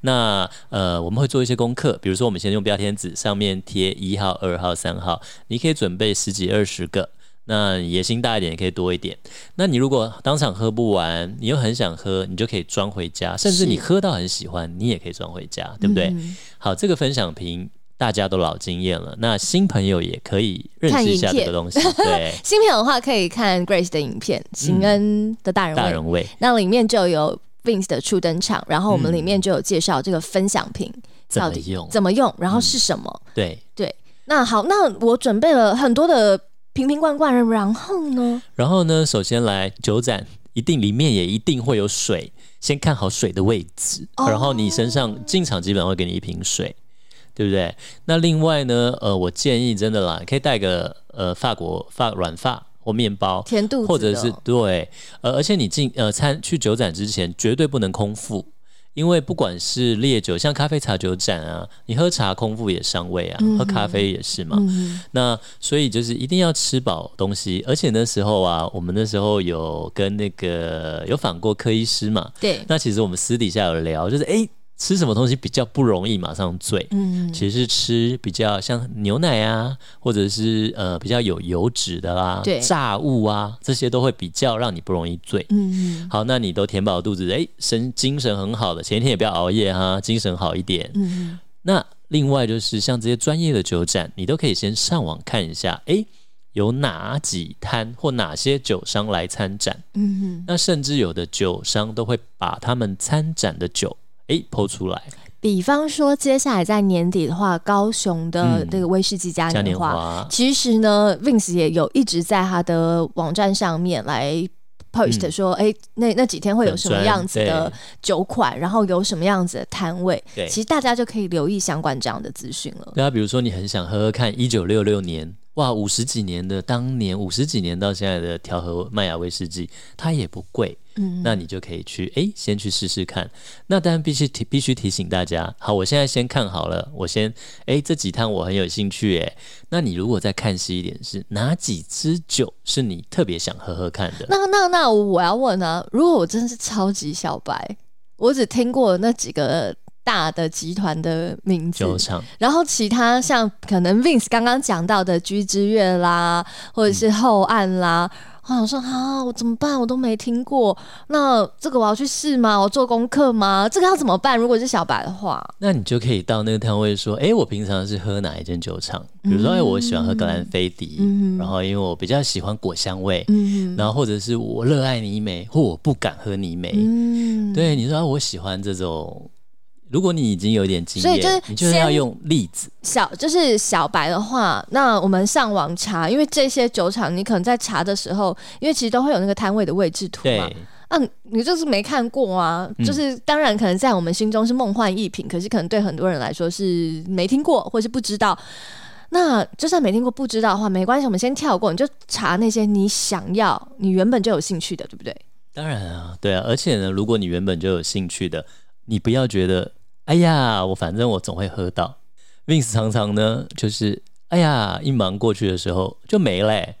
[SPEAKER 1] 那呃，我们会做一些功课，比如说我们先用标签纸上面贴一号、二号、三号，你可以准备十几、二十个。那你野心大一点，也可以多一点。那你如果当场喝不完，你又很想喝，你就可以装回家，甚至你喝到很喜欢，你也可以装回家，对不对？
[SPEAKER 2] 嗯
[SPEAKER 1] 好，这个分享瓶大家都老经验了，那新朋友也可以认识一下
[SPEAKER 2] 看
[SPEAKER 1] 这
[SPEAKER 2] 影片
[SPEAKER 1] 个东西，
[SPEAKER 2] [LAUGHS]，
[SPEAKER 1] 对
[SPEAKER 2] 新片的话可以看 Grace 的影片《邢恩的大人
[SPEAKER 1] 嗯
[SPEAKER 2] 味》
[SPEAKER 1] 大人味。
[SPEAKER 2] 那里面就有 Vince 的初登场，然后我们里面就有介绍这个分享屏
[SPEAKER 1] 怎
[SPEAKER 2] 到
[SPEAKER 1] 么
[SPEAKER 2] 底
[SPEAKER 1] 用？嗯
[SPEAKER 2] 怎么用，然后是什么。
[SPEAKER 1] 对，
[SPEAKER 2] 那好，那我准备了很多的瓶瓶罐罐，然后呢？
[SPEAKER 1] 然后呢，首先来酒展，一定里面也一定会有水，先看好水的位置，
[SPEAKER 2] 哦
[SPEAKER 1] 然后你身上进场基本上会给你一瓶水，对不对？那另外呢，呃，我建议真的啦，可以带个呃法国发软发或面包。
[SPEAKER 2] 甜肚子的
[SPEAKER 1] 或者是对，呃，而且你进呃参去酒展之前，绝对不能空腹，因为不管是烈酒，像咖啡茶酒展啊，你喝茶空腹也伤胃啊，喝咖啡也是嘛。
[SPEAKER 2] 嗯，
[SPEAKER 1] 那所以就是一定要吃饱东西，而且那时候啊，我们那时候有跟那个有访过柯医师嘛，
[SPEAKER 2] 对，
[SPEAKER 1] 那其实我们私底下有聊，就是诶吃什么东西比较不容易马上醉，
[SPEAKER 2] 嗯，
[SPEAKER 1] 其实是吃比较像牛奶啊，或者是呃比较有油脂的啦、
[SPEAKER 2] 对
[SPEAKER 1] 炸物啊，这些都会比较让你不容易醉。
[SPEAKER 2] 嗯，
[SPEAKER 1] 好，那你都填饱肚子，诶，神精神很好的，前一天也不要熬夜哈，精神好一点。
[SPEAKER 2] 嗯，
[SPEAKER 1] 那另外就是像这些专业的酒展，你都可以先上网看一下，诶，有哪几摊或哪些酒商来参展？
[SPEAKER 2] 嗯，
[SPEAKER 1] 那甚至有的酒商都会把他们参展的酒，诶，剖出来。
[SPEAKER 2] 比方说，接下来在年底的话，高雄的
[SPEAKER 1] 嗯
[SPEAKER 2] 这个威士忌嘉
[SPEAKER 1] 嘉年
[SPEAKER 2] 年华，
[SPEAKER 1] 华，
[SPEAKER 2] 其实呢，Vince 也有一直在他的网站上面来 post 说，哎、那那几天会有什么样子的酒款，然后有什么样子的摊位，
[SPEAKER 1] 对
[SPEAKER 2] 其实大家就可以留意相关这样的资讯了。
[SPEAKER 1] 对啊，比如说你很想喝喝看一九六六年，哇，五十几年的当年五十几年到现在的调和麦芽威士忌，它也不贵，
[SPEAKER 2] 嗯，
[SPEAKER 1] 那你就可以去诶，先去试试看。那当然必须提必须提醒大家，好，我现在先看好了，我先诶，这几摊我很有兴趣诶。那你如果再看细一点是，哪几支酒是你特别想喝喝看的？
[SPEAKER 2] 那那那我要问啊，如果我真是超级小白，我只听过那几个大的集团的名字，
[SPEAKER 1] 酒厂
[SPEAKER 2] 然后其他像可能 Vince 刚刚讲到的《居之月》啦，或者是《后岸》啦，我想说啊，我怎么办？我都没听过。那这个我要去试吗？我做功课吗？这个要怎么办？如果是小白的话，
[SPEAKER 1] 那你就可以到那个摊位说，诶，我平常是喝哪一间酒厂？比如说，诶，我喜欢喝格兰菲迪，
[SPEAKER 2] 嗯
[SPEAKER 1] 然后因为我比较喜欢果香味，
[SPEAKER 2] 嗯
[SPEAKER 1] 然后或者是我热爱泥煤，或我不敢喝泥煤。
[SPEAKER 2] 嗯，
[SPEAKER 1] 对，你说、啊、我喜欢这种。如果你已经有点经
[SPEAKER 2] 所以就是
[SPEAKER 1] 验，你就是要
[SPEAKER 2] 先
[SPEAKER 1] 用例子。
[SPEAKER 2] 小就是小白的话，那我们上网查，因为这些酒厂你可能在查的时候，因为其实都会有那个摊位的位置图嘛
[SPEAKER 1] 对，，
[SPEAKER 2] 啊，你就是没看过啊，
[SPEAKER 1] 嗯
[SPEAKER 2] 就是当然可能在我们心中是梦幻一品，可是可能对很多人来说是没听过或是不知道。那就算没听过不知道的话，没关系，我们先跳过，你就查那些你想要、你原本就有兴趣的，对不对？
[SPEAKER 1] 当然啊，对啊。而且呢，如果你原本就有兴趣的，你不要觉得，哎呀，我反正我总会喝到。Vince 常常呢，就是哎呀，一忙过去的时候就没嘞、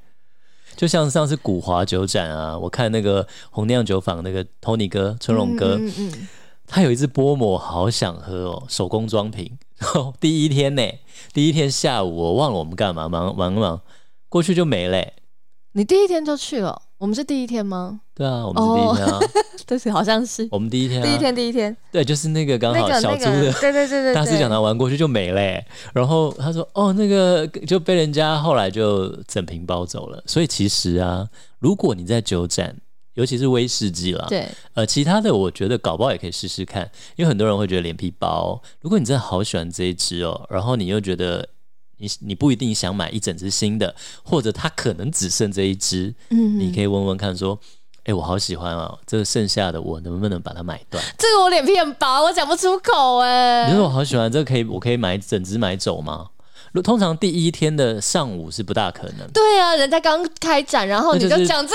[SPEAKER 1] 就像上次古华酒展啊，我看那个红酿酒坊那个 Tony 哥、春荣哥，
[SPEAKER 2] 嗯嗯嗯，
[SPEAKER 1] 他有一支波摩，好想喝哦，手工装瓶。然后第一天呢，第一天下午我忘了我们干嘛，忙忙忙，过去就没嘞、
[SPEAKER 2] 你第一天就去了，我们是第一天吗？
[SPEAKER 1] 对啊，我们是第一天啊，
[SPEAKER 2] 对，好像是
[SPEAKER 1] 我们第一天、啊，
[SPEAKER 3] 哦 [LAUGHS] 第一天，第一天，
[SPEAKER 1] 对，就是那个刚
[SPEAKER 3] 那
[SPEAKER 1] 好
[SPEAKER 3] 个
[SPEAKER 1] 小
[SPEAKER 3] 那
[SPEAKER 1] 猪
[SPEAKER 3] 个
[SPEAKER 1] 的、，
[SPEAKER 3] 对对对对，
[SPEAKER 1] [LAUGHS] 大师
[SPEAKER 3] 对
[SPEAKER 1] 讲堂玩过去就没嘞、然后他说：“哦，那个就被人家后来就整瓶包走了。”所以其实啊，如果你在酒展，尤其是威士忌啦，
[SPEAKER 2] 对，
[SPEAKER 1] 呃，其他的我觉得搞不好也可以试试看，因为很多人会觉得脸皮薄。如果你真的好喜欢这一支哦，然后你又觉得你你不一定想买一整支新的，或者它可能只剩这一支，
[SPEAKER 2] 嗯，
[SPEAKER 1] 你可以问问看说。哎、我好喜欢哦！这剩下的我能不能把它买断？
[SPEAKER 2] 这个我脸皮很薄，我讲不出口哎、，
[SPEAKER 1] 你说我好喜欢这个，可以我可以买整只买走吗？如通常第一天的上午是不大可能
[SPEAKER 2] 对啊，人家刚开展，然后
[SPEAKER 1] 那就
[SPEAKER 2] 你
[SPEAKER 1] 是
[SPEAKER 2] 就讲这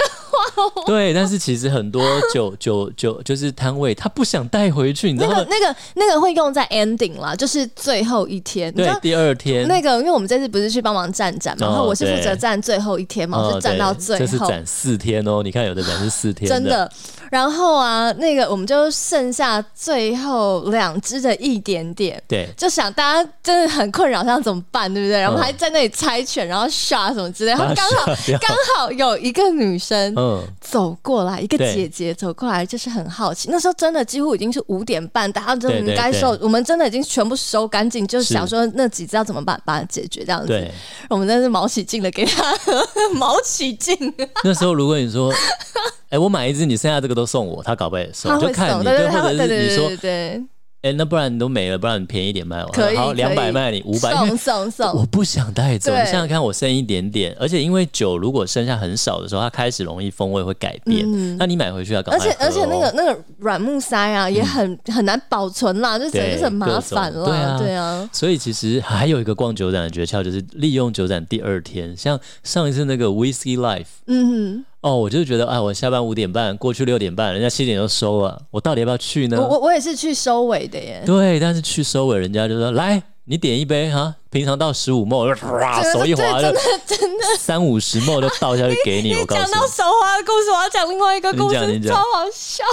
[SPEAKER 1] 对。但是其实很
[SPEAKER 2] [LAUGHS]
[SPEAKER 1] 多酒酒酒就是摊位，他不想带回去，你知
[SPEAKER 2] 那
[SPEAKER 1] 道
[SPEAKER 2] 个
[SPEAKER 1] 吗？
[SPEAKER 2] 那个那个会用在 ending 啦，就是最后一天。你知
[SPEAKER 1] 对
[SPEAKER 2] 道，
[SPEAKER 1] 第二天
[SPEAKER 2] 那个，因为我们这次不是去帮忙站展嘛，
[SPEAKER 1] 哦
[SPEAKER 2] 然后我是负责
[SPEAKER 1] 对
[SPEAKER 2] 站最后一天嘛，我
[SPEAKER 1] 哦
[SPEAKER 2] 是站
[SPEAKER 1] 对
[SPEAKER 2] 到最
[SPEAKER 1] 这是
[SPEAKER 2] 后。
[SPEAKER 1] 展四天哦。你看有的展是四天
[SPEAKER 2] 真的，然后啊，那个我们就剩下最后两只的一点点，
[SPEAKER 1] 对。
[SPEAKER 2] 就想大家真的很困扰，这样怎么办，对不对？然后我
[SPEAKER 1] 嗯
[SPEAKER 2] 们还在那里猜拳，然后耍什么之类。然后
[SPEAKER 1] 把它
[SPEAKER 2] 刚好
[SPEAKER 1] 刷掉
[SPEAKER 2] 刚好有一个女生
[SPEAKER 1] 嗯，
[SPEAKER 2] 走过来，一个
[SPEAKER 1] 对
[SPEAKER 2] 姐姐走过来，就是很好奇。那时候真的几乎已经是五点半，大家真
[SPEAKER 1] 对对
[SPEAKER 2] 的该
[SPEAKER 1] 对
[SPEAKER 2] 收，我们真的已经全部收干净，就是
[SPEAKER 1] 是
[SPEAKER 2] 想说那几只要怎么把把它解决这样子。 [LAUGHS]
[SPEAKER 1] 对。
[SPEAKER 2] 我们真是毛起劲的给他 [LAUGHS] 毛起劲，
[SPEAKER 1] 那时候如果你说，哎、我买一支，你剩下这个都送我，他搞不好也送，
[SPEAKER 2] 他
[SPEAKER 1] 就
[SPEAKER 2] 会
[SPEAKER 1] 看
[SPEAKER 2] 送，
[SPEAKER 1] 你，
[SPEAKER 2] 对对，
[SPEAKER 1] 或
[SPEAKER 2] 他会
[SPEAKER 1] 者
[SPEAKER 2] 对
[SPEAKER 1] 是
[SPEAKER 2] 对
[SPEAKER 1] 你说
[SPEAKER 2] 对对，对，
[SPEAKER 1] 哎、那不然你都没了，不然你便宜一点卖我，
[SPEAKER 2] 可以
[SPEAKER 1] 好，两
[SPEAKER 2] 可
[SPEAKER 1] 百
[SPEAKER 2] 以
[SPEAKER 1] 卖你五百， [LAUGHS] 因为
[SPEAKER 2] 送送送，
[SPEAKER 1] 我不想带走，你
[SPEAKER 2] 对
[SPEAKER 1] 想想看，我剩一点点，而且因为酒如果剩下很少的时候，它开始容易风味会改变。
[SPEAKER 2] 嗯
[SPEAKER 1] 那你买回去要赶
[SPEAKER 2] 而
[SPEAKER 1] 快喝
[SPEAKER 2] 且
[SPEAKER 1] 哦、嗯
[SPEAKER 2] 而且那个那个软木塞啊，也很很难保存啦，就真的
[SPEAKER 1] 对
[SPEAKER 2] 是很麻
[SPEAKER 1] 各种
[SPEAKER 2] 烦
[SPEAKER 1] 对
[SPEAKER 2] 啦，
[SPEAKER 1] 啊
[SPEAKER 2] 对啊，
[SPEAKER 1] 所以其实还有一个逛酒展的诀窍，就是利用酒展第二天，像上一次那个 Whisky Life。
[SPEAKER 2] 嗯
[SPEAKER 1] 哦，我就觉得，哎，我下班五点半过去六点半，人家七点就收了，我到底要不要去
[SPEAKER 2] 哼，
[SPEAKER 1] 呢
[SPEAKER 2] 我？我我也是去收尾的耶，
[SPEAKER 1] 对，但是去收尾，人家就说来，你点一杯哈，平常到十五沫，哇，
[SPEAKER 2] 真的
[SPEAKER 1] 啊手一滑
[SPEAKER 2] 对
[SPEAKER 1] 就
[SPEAKER 2] 真的真的。
[SPEAKER 1] 三五十沫就倒下去给
[SPEAKER 2] [LAUGHS]
[SPEAKER 1] 你。我告诉
[SPEAKER 2] 讲到手滑的故事，我要讲另外一个故
[SPEAKER 1] 你讲
[SPEAKER 2] 事，
[SPEAKER 1] 你讲
[SPEAKER 2] 超好笑。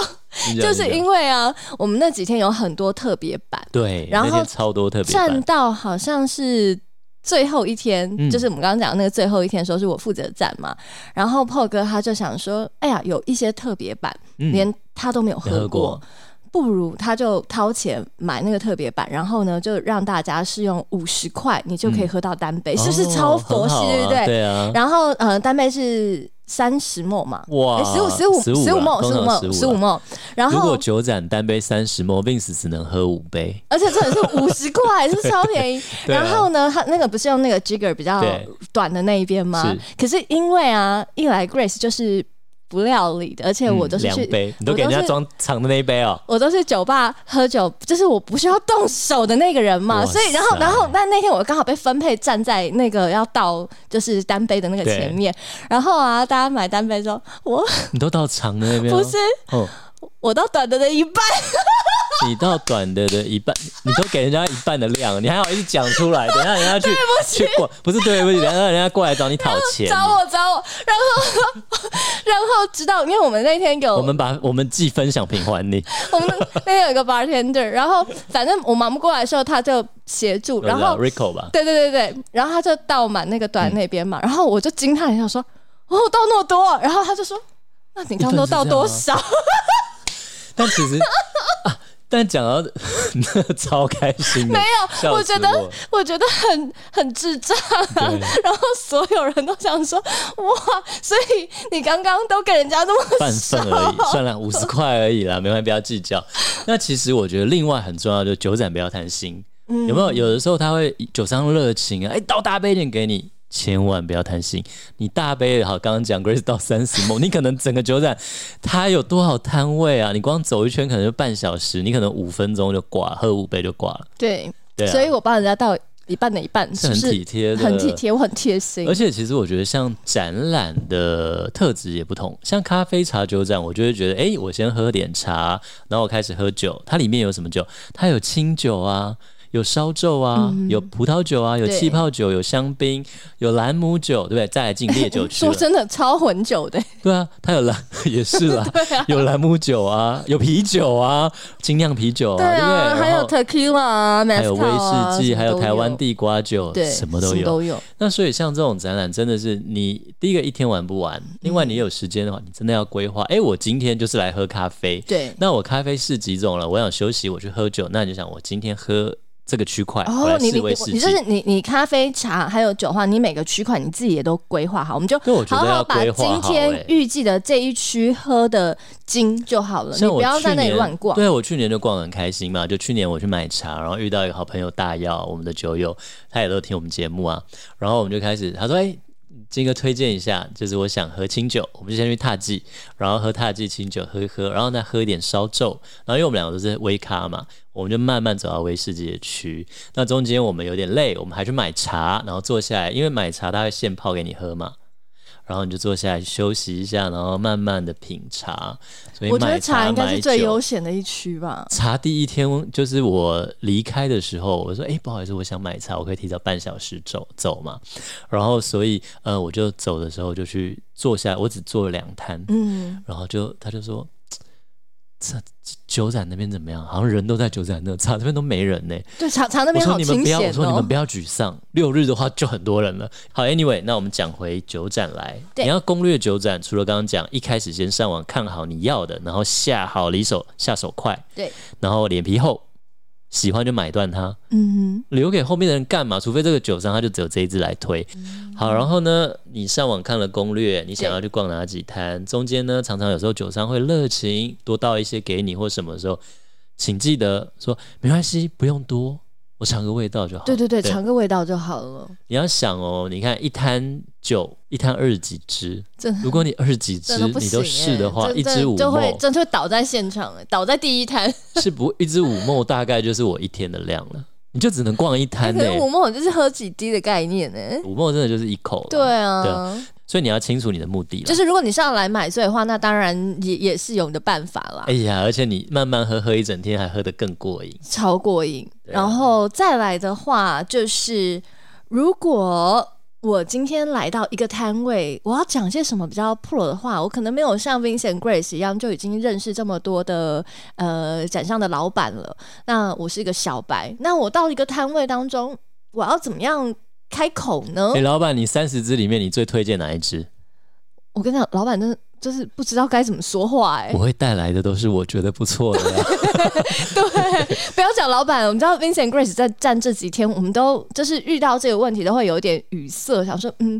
[SPEAKER 1] 你，
[SPEAKER 2] 就是因
[SPEAKER 1] 为
[SPEAKER 2] 为啊，我们那几天有很多特别版，
[SPEAKER 1] 对，
[SPEAKER 2] 然
[SPEAKER 1] 那
[SPEAKER 2] 后
[SPEAKER 1] 天超多特别版
[SPEAKER 2] 站到好像是。最后一天，
[SPEAKER 1] 嗯
[SPEAKER 2] 就是我们刚刚讲的那个最后一天的时候，是我负责站嘛。然后 PO 哥他就想说，哎呀，有一些特别版，
[SPEAKER 1] 嗯
[SPEAKER 2] 连他都没有
[SPEAKER 1] 没
[SPEAKER 2] 喝过，不如他就掏钱买那个特别版，然后呢，就让大家是用五十块，你就可以喝到单杯，是不是超佛系，
[SPEAKER 1] 嗯哦很
[SPEAKER 2] 对不
[SPEAKER 1] 好啊
[SPEAKER 2] 对？
[SPEAKER 1] 对啊，
[SPEAKER 2] 然后呃，单杯是三十沫嘛，
[SPEAKER 1] 哇
[SPEAKER 2] 十五十五
[SPEAKER 1] 15
[SPEAKER 2] 十五
[SPEAKER 1] 啦
[SPEAKER 2] 沫十五
[SPEAKER 1] 通常
[SPEAKER 2] 沫十
[SPEAKER 1] 15
[SPEAKER 2] 五
[SPEAKER 1] 啦
[SPEAKER 2] 沫，然
[SPEAKER 1] 如果
[SPEAKER 2] 后
[SPEAKER 1] 酒展单杯三十 m Vince 只能喝五杯，
[SPEAKER 2] 而且这也是五
[SPEAKER 1] [LAUGHS]
[SPEAKER 2] 十块，是不是超便宜？
[SPEAKER 1] 对啊
[SPEAKER 2] 然后呢，他那个不是用那个 jigger 比较
[SPEAKER 1] 对
[SPEAKER 2] 短的那一边吗
[SPEAKER 1] 是？
[SPEAKER 2] 可是因为啊，一来 Grace 就是不料理的，而且我都
[SPEAKER 1] 嗯
[SPEAKER 2] 是
[SPEAKER 1] 两
[SPEAKER 2] 去。
[SPEAKER 1] 杯，你都
[SPEAKER 2] 我
[SPEAKER 1] 给人家
[SPEAKER 2] 是
[SPEAKER 1] 装藏的那一杯哦。
[SPEAKER 2] 我都是酒吧喝酒，就是我不需要动手的那个人嘛，
[SPEAKER 1] 哇
[SPEAKER 2] 所以然后
[SPEAKER 1] 塞
[SPEAKER 2] 然后但那天我刚好被分配站在那个要倒就是单杯的那个
[SPEAKER 1] 对
[SPEAKER 2] 前面，然后啊，大家买单杯之后，我
[SPEAKER 1] [LAUGHS] 你都到长的那边、哦，
[SPEAKER 2] 不是
[SPEAKER 1] 哦，
[SPEAKER 2] 我到短的的一半，
[SPEAKER 1] 你到短的的一半，你都给人家一半的量，你还好意思讲出来？等一下人
[SPEAKER 2] [LAUGHS]
[SPEAKER 1] 家去去过，不是对不起，等一下人家过来找你讨钱。
[SPEAKER 2] 找我找我，然后然后直到因为我们那天有
[SPEAKER 1] 我们把我们既分享品还你，
[SPEAKER 2] 我们那天有一个 bartender，然后反正我忙不过来的时候，他就协助， [LAUGHS] 然后
[SPEAKER 1] Rico 吧，
[SPEAKER 2] 对对对对，然后他就倒满那个短那边嘛，然后我就惊叹一下说：“哦，倒那么多！”然后他就说：“那你刚刚
[SPEAKER 1] 啊
[SPEAKER 2] 都倒
[SPEAKER 1] [LAUGHS]
[SPEAKER 2] 多少
[SPEAKER 1] 但其实啊，但讲到 [LAUGHS] 超开心的，没
[SPEAKER 2] 没有我觉得
[SPEAKER 1] 我？”
[SPEAKER 2] 我觉得很很智障啊
[SPEAKER 1] 对！
[SPEAKER 2] 然后所有人都想说：“哇，所以你刚刚都给人家那么
[SPEAKER 1] 半份而已，算了，五十块而已
[SPEAKER 2] [LAUGHS]
[SPEAKER 1] 啦，没关系，不要计较。那其实我觉得另外很重要，就是酒展不要贪心，
[SPEAKER 2] 嗯
[SPEAKER 1] 有没有？有的时候他会酒商热情啊，哎、倒大杯一点给你。千万不要贪心，你大杯也好，刚刚讲 Grace 到三十梦，你可能整个酒展它有多少摊位啊？你光走一圈可能就半小时，你可能五分钟就挂了，喝五杯就挂了，
[SPEAKER 2] 对，
[SPEAKER 1] 对啊
[SPEAKER 2] 所以我帮人家倒一半的一半，
[SPEAKER 1] 是很
[SPEAKER 2] 就是
[SPEAKER 1] 体贴的，
[SPEAKER 2] 很体贴，我很贴心
[SPEAKER 1] 而。且其实我觉得，像展览的特质也不同，像咖啡茶酒展，我就会觉得，哎、我先喝点茶，然后我开始喝酒。它里面有什么酒？它有清酒啊，有烧酒啊，
[SPEAKER 2] 嗯
[SPEAKER 1] 有葡萄酒啊，有
[SPEAKER 2] 对
[SPEAKER 1] 气泡酒，有香槟，有兰姆酒，对不对？再来进烈
[SPEAKER 2] [LAUGHS]
[SPEAKER 1] 酒区
[SPEAKER 2] 说
[SPEAKER 1] 了，
[SPEAKER 2] 真的，超混
[SPEAKER 1] [LAUGHS]
[SPEAKER 2] 酒的，
[SPEAKER 1] 对啊，它有兰 [LAUGHS] 也是啦，有兰姆酒啊，有啤酒啊，精酿啤酒啊，
[SPEAKER 2] 对
[SPEAKER 1] 不
[SPEAKER 2] 啊，
[SPEAKER 1] 对？
[SPEAKER 2] 还
[SPEAKER 1] 然
[SPEAKER 2] 有
[SPEAKER 1] 后
[SPEAKER 2] tequila 啊，
[SPEAKER 1] 还有
[SPEAKER 2] mezcal 啊
[SPEAKER 1] 威士忌，
[SPEAKER 2] 什么
[SPEAKER 1] 还有
[SPEAKER 2] 都
[SPEAKER 1] 台湾
[SPEAKER 2] 有
[SPEAKER 1] 地瓜酒，
[SPEAKER 2] 对，
[SPEAKER 1] 什么都有。
[SPEAKER 2] 都有。
[SPEAKER 1] 那所以像这种展览，真的是你第一个一天玩不完，另外你有时间的话，你真的要规划。哎、我今天就是来喝咖啡，
[SPEAKER 2] 嗯对
[SPEAKER 1] 那我咖啡是几种了？我想休息，我去喝酒。那你就想，我今天喝这个区块，我
[SPEAKER 2] 哦
[SPEAKER 1] 来，
[SPEAKER 2] 你你
[SPEAKER 1] 试
[SPEAKER 2] 你
[SPEAKER 1] 威士
[SPEAKER 2] 你
[SPEAKER 1] 忌。
[SPEAKER 2] 就是你你咖啡茶还有酒的话，你每个区块你自己也都规划好，我们就
[SPEAKER 1] 对我觉
[SPEAKER 2] 好
[SPEAKER 1] 得
[SPEAKER 2] 好
[SPEAKER 1] 要
[SPEAKER 2] 把
[SPEAKER 1] 规划
[SPEAKER 2] 今
[SPEAKER 1] 好
[SPEAKER 2] 天
[SPEAKER 1] 欸
[SPEAKER 2] 预计的这一区喝的精就好了，你
[SPEAKER 1] 像
[SPEAKER 2] 不
[SPEAKER 1] 我
[SPEAKER 2] 要在
[SPEAKER 1] 去
[SPEAKER 2] 那里
[SPEAKER 1] 年
[SPEAKER 2] 乱逛。
[SPEAKER 1] 对我去年就逛得很开心嘛，就去年我去买茶，然后遇到一个好朋友大耀，我们的酒友，他也都听我们节目啊，然后我们就开始，他说，哎、金哥推荐一下，就是我想喝清酒，我们就先去踏记，然后喝踏记清酒喝一喝，然后再喝一点烧酎，然后因为我们两个都是微咖嘛，我们就慢慢走到威士忌的区。那中间我们有点累，我们还去买茶，然后坐下来，因为买茶它会现泡给你喝嘛，然后你就坐下来休息一下，然后慢慢的品茶。所以
[SPEAKER 2] 我觉得
[SPEAKER 1] 买
[SPEAKER 2] 茶应该
[SPEAKER 1] 买
[SPEAKER 2] 是最
[SPEAKER 1] 酒
[SPEAKER 2] 悠闲的一区吧。
[SPEAKER 1] 茶第一天就是我离开的时候，我说：“哎、不好意思，我想买茶，我可以提早半小时走走嘛。”然后所以呃，我就走的时候就去坐下，我只坐了两摊，
[SPEAKER 2] 嗯，
[SPEAKER 1] 然后就他就说：“这酒展那边怎么样？好像人都在酒展那，茶这边都没人呢、
[SPEAKER 2] 对，茶茶那
[SPEAKER 1] 我
[SPEAKER 2] 边
[SPEAKER 1] 说
[SPEAKER 2] 好
[SPEAKER 1] 你们
[SPEAKER 2] 清
[SPEAKER 1] 不要，
[SPEAKER 2] 闲
[SPEAKER 1] 我说你
[SPEAKER 2] 哦
[SPEAKER 1] 们不。要沮丧。六日的话就很多人了。好，Anyway，那我们讲回酒展来。
[SPEAKER 2] 对
[SPEAKER 1] 你要攻略酒展，除了刚刚讲，一开始先上网看好你要的，然后下好离手下手快，
[SPEAKER 2] 对，
[SPEAKER 1] 然后脸皮厚，喜欢就买断它，
[SPEAKER 2] 嗯
[SPEAKER 1] 留给后面的人干嘛？除非这个酒商他就只有这一支来推。
[SPEAKER 2] 嗯
[SPEAKER 1] 好，然后呢，你上网看了攻略，你想要去逛哪几摊，中间呢，常常有时候酒商会热情多倒一些给你或什么的时候，请记得说没关系，不用多，我尝个味道就好。
[SPEAKER 2] 哼，对对对，
[SPEAKER 1] 对
[SPEAKER 2] 尝个味道就好了。
[SPEAKER 1] 你要想哦，你看一摊酒，一摊二十几支
[SPEAKER 2] 真，
[SPEAKER 1] 如果你二十几支
[SPEAKER 2] 真的不
[SPEAKER 1] 你
[SPEAKER 2] 行、
[SPEAKER 1] 都
[SPEAKER 2] 欸，
[SPEAKER 1] 试的话，
[SPEAKER 2] 真
[SPEAKER 1] 一
[SPEAKER 2] 真
[SPEAKER 1] 支五
[SPEAKER 2] 就会
[SPEAKER 1] 梦
[SPEAKER 2] 真就会倒在现场、欸，倒在第一摊。
[SPEAKER 1] 是不一支五梦大概就是我一天的量了，你就只能逛一
[SPEAKER 2] 可 [LAUGHS]
[SPEAKER 1] 摊呢、欸
[SPEAKER 2] 能五梦就是喝几滴的概念呢、
[SPEAKER 1] 五梦真的就是一口，
[SPEAKER 2] 对，啊，
[SPEAKER 1] 对所以你要清楚你的目的了。
[SPEAKER 2] 就是如果你上来买醉的话，那当然也也是有你的办法啦，
[SPEAKER 1] 哎呀，而且你慢慢喝，喝一整天还喝得更过瘾。
[SPEAKER 2] 超过瘾。
[SPEAKER 1] 对啊
[SPEAKER 2] 然后再来的话，就是如果我今天来到一个摊位，我要讲些什么比较 pro 的话，我可能没有像 Vincent Grace 一样就已经认识这么多的呃展上的老板了。那我是一个小白，那我到一个摊位当中，我要怎么样开口呢？
[SPEAKER 1] 哎、老板，你三十支里面你最推荐哪一支？
[SPEAKER 2] 我跟你讲，老板真的就是不知道该怎么说话哎、
[SPEAKER 1] 我会带来的都是我觉得不错的、
[SPEAKER 2] [LAUGHS]
[SPEAKER 1] 啊。
[SPEAKER 2] 对，不要讲老板，我们知道 Vincent Grace 在站这几天，我们都就是遇到这个问题都会有一点语塞，想说嗯。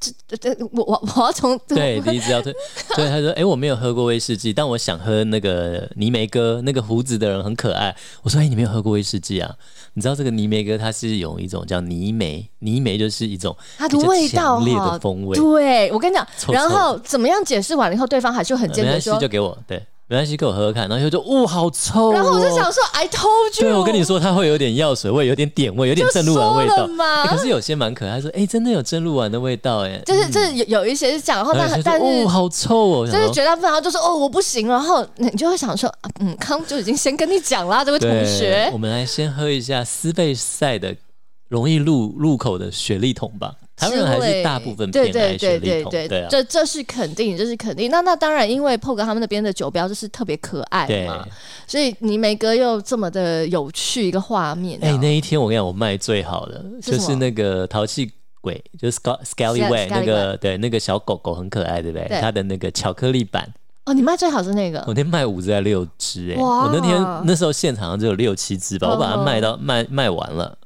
[SPEAKER 2] 这这这，我我我要从
[SPEAKER 1] 对，第一支要推。所以他说：“哎、我没有喝过威士忌，但我想喝那个泥梅哥，那个胡子的人很可爱。”我说：“哎、你没有喝过威士忌啊？你知道这个泥梅哥，它是有一种叫泥梅，泥梅就是一种
[SPEAKER 2] 它的
[SPEAKER 1] 比较
[SPEAKER 2] 味道
[SPEAKER 1] 强烈
[SPEAKER 2] 哈
[SPEAKER 1] 的风味。
[SPEAKER 2] 对我跟你讲，
[SPEAKER 1] 臭臭
[SPEAKER 2] 然后怎么样解释完了以后，对方还是很
[SPEAKER 1] 没
[SPEAKER 2] 坚决
[SPEAKER 1] 关系，
[SPEAKER 2] 说，
[SPEAKER 1] 就给我对，没关系，给我喝喝看。”然后就哦，好臭、哦！
[SPEAKER 2] 然后我就想说，I told you，
[SPEAKER 1] 对，我跟你说，它会有点药水味，有点点味，有点
[SPEAKER 2] 就
[SPEAKER 1] 正露丸味
[SPEAKER 2] 说了
[SPEAKER 1] 道。
[SPEAKER 2] 嘛
[SPEAKER 1] 欸可是有些蛮可爱，说哎、欸真的有正露丸的味道哎、欸。
[SPEAKER 2] 就是就是有有一些是讲，然后
[SPEAKER 1] 然后
[SPEAKER 2] 但
[SPEAKER 1] 就
[SPEAKER 2] 但
[SPEAKER 1] 说
[SPEAKER 2] 是
[SPEAKER 1] 哦，好臭哦，
[SPEAKER 2] 就
[SPEAKER 1] 想
[SPEAKER 2] 是
[SPEAKER 1] 说
[SPEAKER 2] 绝大部分他就说哦我不行，然后你就会想说，啊嗯，康就已经先跟你讲啦，这位同
[SPEAKER 1] 对，
[SPEAKER 2] 学
[SPEAKER 1] 我，们来先喝一下斯贝塞的容易入入口的雪莉桶吧。台湾人还
[SPEAKER 2] 之类
[SPEAKER 1] 是大部分
[SPEAKER 2] 对
[SPEAKER 1] 偏
[SPEAKER 2] 对
[SPEAKER 1] 爱雪
[SPEAKER 2] 对
[SPEAKER 1] 莉
[SPEAKER 2] 对
[SPEAKER 1] 桶，
[SPEAKER 2] 对，
[SPEAKER 1] 对啊，
[SPEAKER 2] 这这是肯定，这是肯定。那那当然，因为 POG 他们那边的酒标就是特别可爱
[SPEAKER 1] 对。
[SPEAKER 2] 嘛，所以泥梅哥又这么的有趣一个画面。啊
[SPEAKER 1] 哎、那一天我跟你讲，我卖最好的
[SPEAKER 2] 是
[SPEAKER 1] 就
[SPEAKER 2] 什
[SPEAKER 1] 是
[SPEAKER 2] 么
[SPEAKER 1] 那个淘气鬼，就是 Scal- Scallywag 那个对那个小狗狗很可爱，对不对？
[SPEAKER 2] 对
[SPEAKER 1] 它的那个巧克力版，
[SPEAKER 2] 哦，你卖最好是那个
[SPEAKER 1] 我，那天卖五只还六只哎、
[SPEAKER 2] 哇
[SPEAKER 1] 我那天那时候现场只有六七只吧，我把它
[SPEAKER 2] 嗯
[SPEAKER 1] 卖到卖卖完了，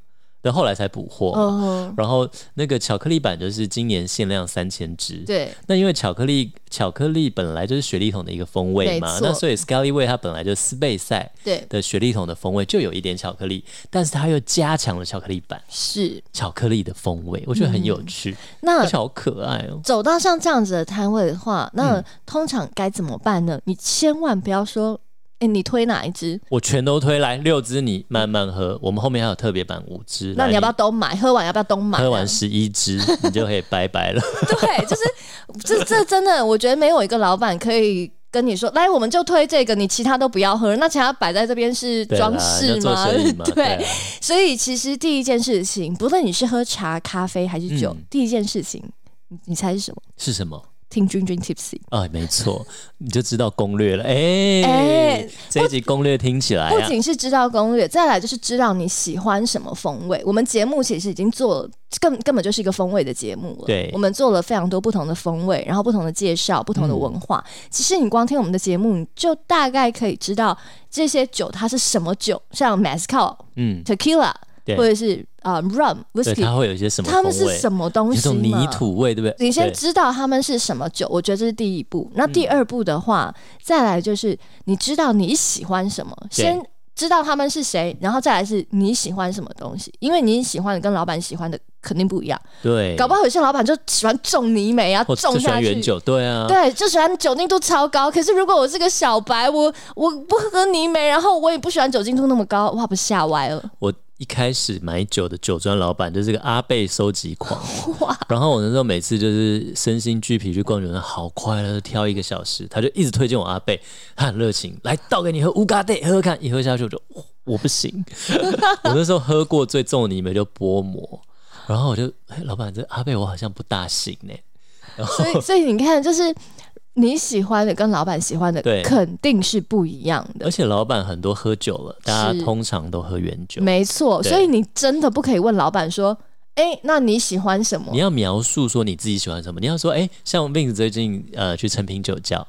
[SPEAKER 1] 然后后来才补货。
[SPEAKER 2] 哦，
[SPEAKER 1] 然后那个巧克力版就是今年限量三千只，
[SPEAKER 2] 对
[SPEAKER 1] 那因为巧克力巧克力本来就是雪莉桶的一个风味
[SPEAKER 2] 没
[SPEAKER 1] 嘛，
[SPEAKER 2] 错
[SPEAKER 1] 那所以 Scallyway 它本来就是斯贝塞
[SPEAKER 2] 对
[SPEAKER 1] 的雪莉桶的风味就有一点巧克力，但是它又加强了巧克力版
[SPEAKER 2] 是。
[SPEAKER 1] 巧克力的风味，我觉得很
[SPEAKER 2] 嗯
[SPEAKER 1] 有趣，
[SPEAKER 2] 那
[SPEAKER 1] 而且好可爱哦。
[SPEAKER 2] 走到像这样子的摊位的话，那
[SPEAKER 1] 嗯
[SPEAKER 2] 通常该怎么办呢？你千万不要说，哎，你推哪一支？
[SPEAKER 1] 我全都推来六支，你慢慢喝。我们后面还有特别版五支，
[SPEAKER 2] 那
[SPEAKER 1] 来
[SPEAKER 2] 你要不要都买？喝完要不要都买？啊
[SPEAKER 1] 喝完十一
[SPEAKER 2] [LAUGHS]
[SPEAKER 1] 支，你就可以拜拜了。
[SPEAKER 2] 对，就是这这真的，我觉得没有一个老板可以跟你说，来，我们就推这个，你其他都不要喝。那其他摆在这边是
[SPEAKER 1] 对啦
[SPEAKER 2] 装饰
[SPEAKER 1] 要做
[SPEAKER 2] 吗？ [LAUGHS]
[SPEAKER 1] 生意嘛，对
[SPEAKER 2] 对，
[SPEAKER 1] 啊，
[SPEAKER 2] 所以其实第一件事情，不论你是喝茶、咖啡还是酒，
[SPEAKER 1] 嗯
[SPEAKER 2] 第一件事情，你你猜是什么？
[SPEAKER 1] 是什么？
[SPEAKER 2] 听君君 tipsy，
[SPEAKER 1] 啊，没错，你就知道攻略了。哎、
[SPEAKER 2] 哎
[SPEAKER 1] 这一集攻略听起来
[SPEAKER 2] 不
[SPEAKER 1] 啊，
[SPEAKER 2] 仅是知道攻略，再来就是知道你喜欢什么风味。我们节目其实已经做了，根根本就是一个风味的节目了。
[SPEAKER 1] 对
[SPEAKER 2] 我们做了非常多不同的风味，然后不同的介绍，不同的文化。其实你光听我们的节目，你就大概可以知道这些酒它是什么酒，像 mezcal、
[SPEAKER 1] 嗯，
[SPEAKER 2] tequila
[SPEAKER 1] 对
[SPEAKER 2] 或者是啊、呃 rum、
[SPEAKER 1] 对，它
[SPEAKER 2] whisky，
[SPEAKER 1] 会有一些什么
[SPEAKER 2] 它
[SPEAKER 1] 风
[SPEAKER 2] 们
[SPEAKER 1] 味？
[SPEAKER 2] 是什么东
[SPEAKER 1] 有一
[SPEAKER 2] 西
[SPEAKER 1] 种
[SPEAKER 2] 嘛？
[SPEAKER 1] 泥土味，对不嗯对？
[SPEAKER 2] 你先
[SPEAKER 1] 对
[SPEAKER 2] 知道他们是什么酒，我觉得这是第一步。那第二步的话，再来就是你知道你喜欢什么，
[SPEAKER 1] 对
[SPEAKER 2] 先知道他们是谁，然后再来是你喜欢什么东西，因为你喜欢的跟老板喜欢的肯定不一样。
[SPEAKER 1] 对，
[SPEAKER 2] 搞不好有些老板就喜欢
[SPEAKER 1] [LAUGHS]
[SPEAKER 2] 重泥煤啊，
[SPEAKER 1] 或
[SPEAKER 2] 重
[SPEAKER 1] 就喜
[SPEAKER 2] 下
[SPEAKER 1] 欢
[SPEAKER 2] 去
[SPEAKER 1] 原。酒，对啊，
[SPEAKER 2] 对，就喜欢酒精度超高。可是如果我是个小白，我我不喝泥煤，然后我也不喜欢酒精度那么高，哇，不吓歪
[SPEAKER 1] [LAUGHS]
[SPEAKER 2] 了。
[SPEAKER 1] 我一开始买酒的酒庄老板就是个阿贝收集狂，然后我那时候每次就是身心俱疲去逛酒庄，好快乐，挑一个小时，他就一直推荐我阿贝，他很热情，来倒给你喝乌嘎day，喝喝看，一喝下去我就哦我不行，我那时候喝过最重的泥煤就波摩，然后我就哎老板这阿贝我好像不大行呢、
[SPEAKER 2] 所以，所以你看，就是你喜欢的跟老板喜欢的
[SPEAKER 1] 对
[SPEAKER 2] 肯定是不一样的
[SPEAKER 1] 而。且老板很多喝酒了，大
[SPEAKER 2] 是
[SPEAKER 1] 家通常都喝原酒，
[SPEAKER 2] 没错，
[SPEAKER 1] 对
[SPEAKER 2] 所以你真的不可以问老板说：“哎、那你喜欢什么
[SPEAKER 1] 你要描述说你自己喜欢什么，你要说，哎、像 Vince 最近呃去诚品酒窖，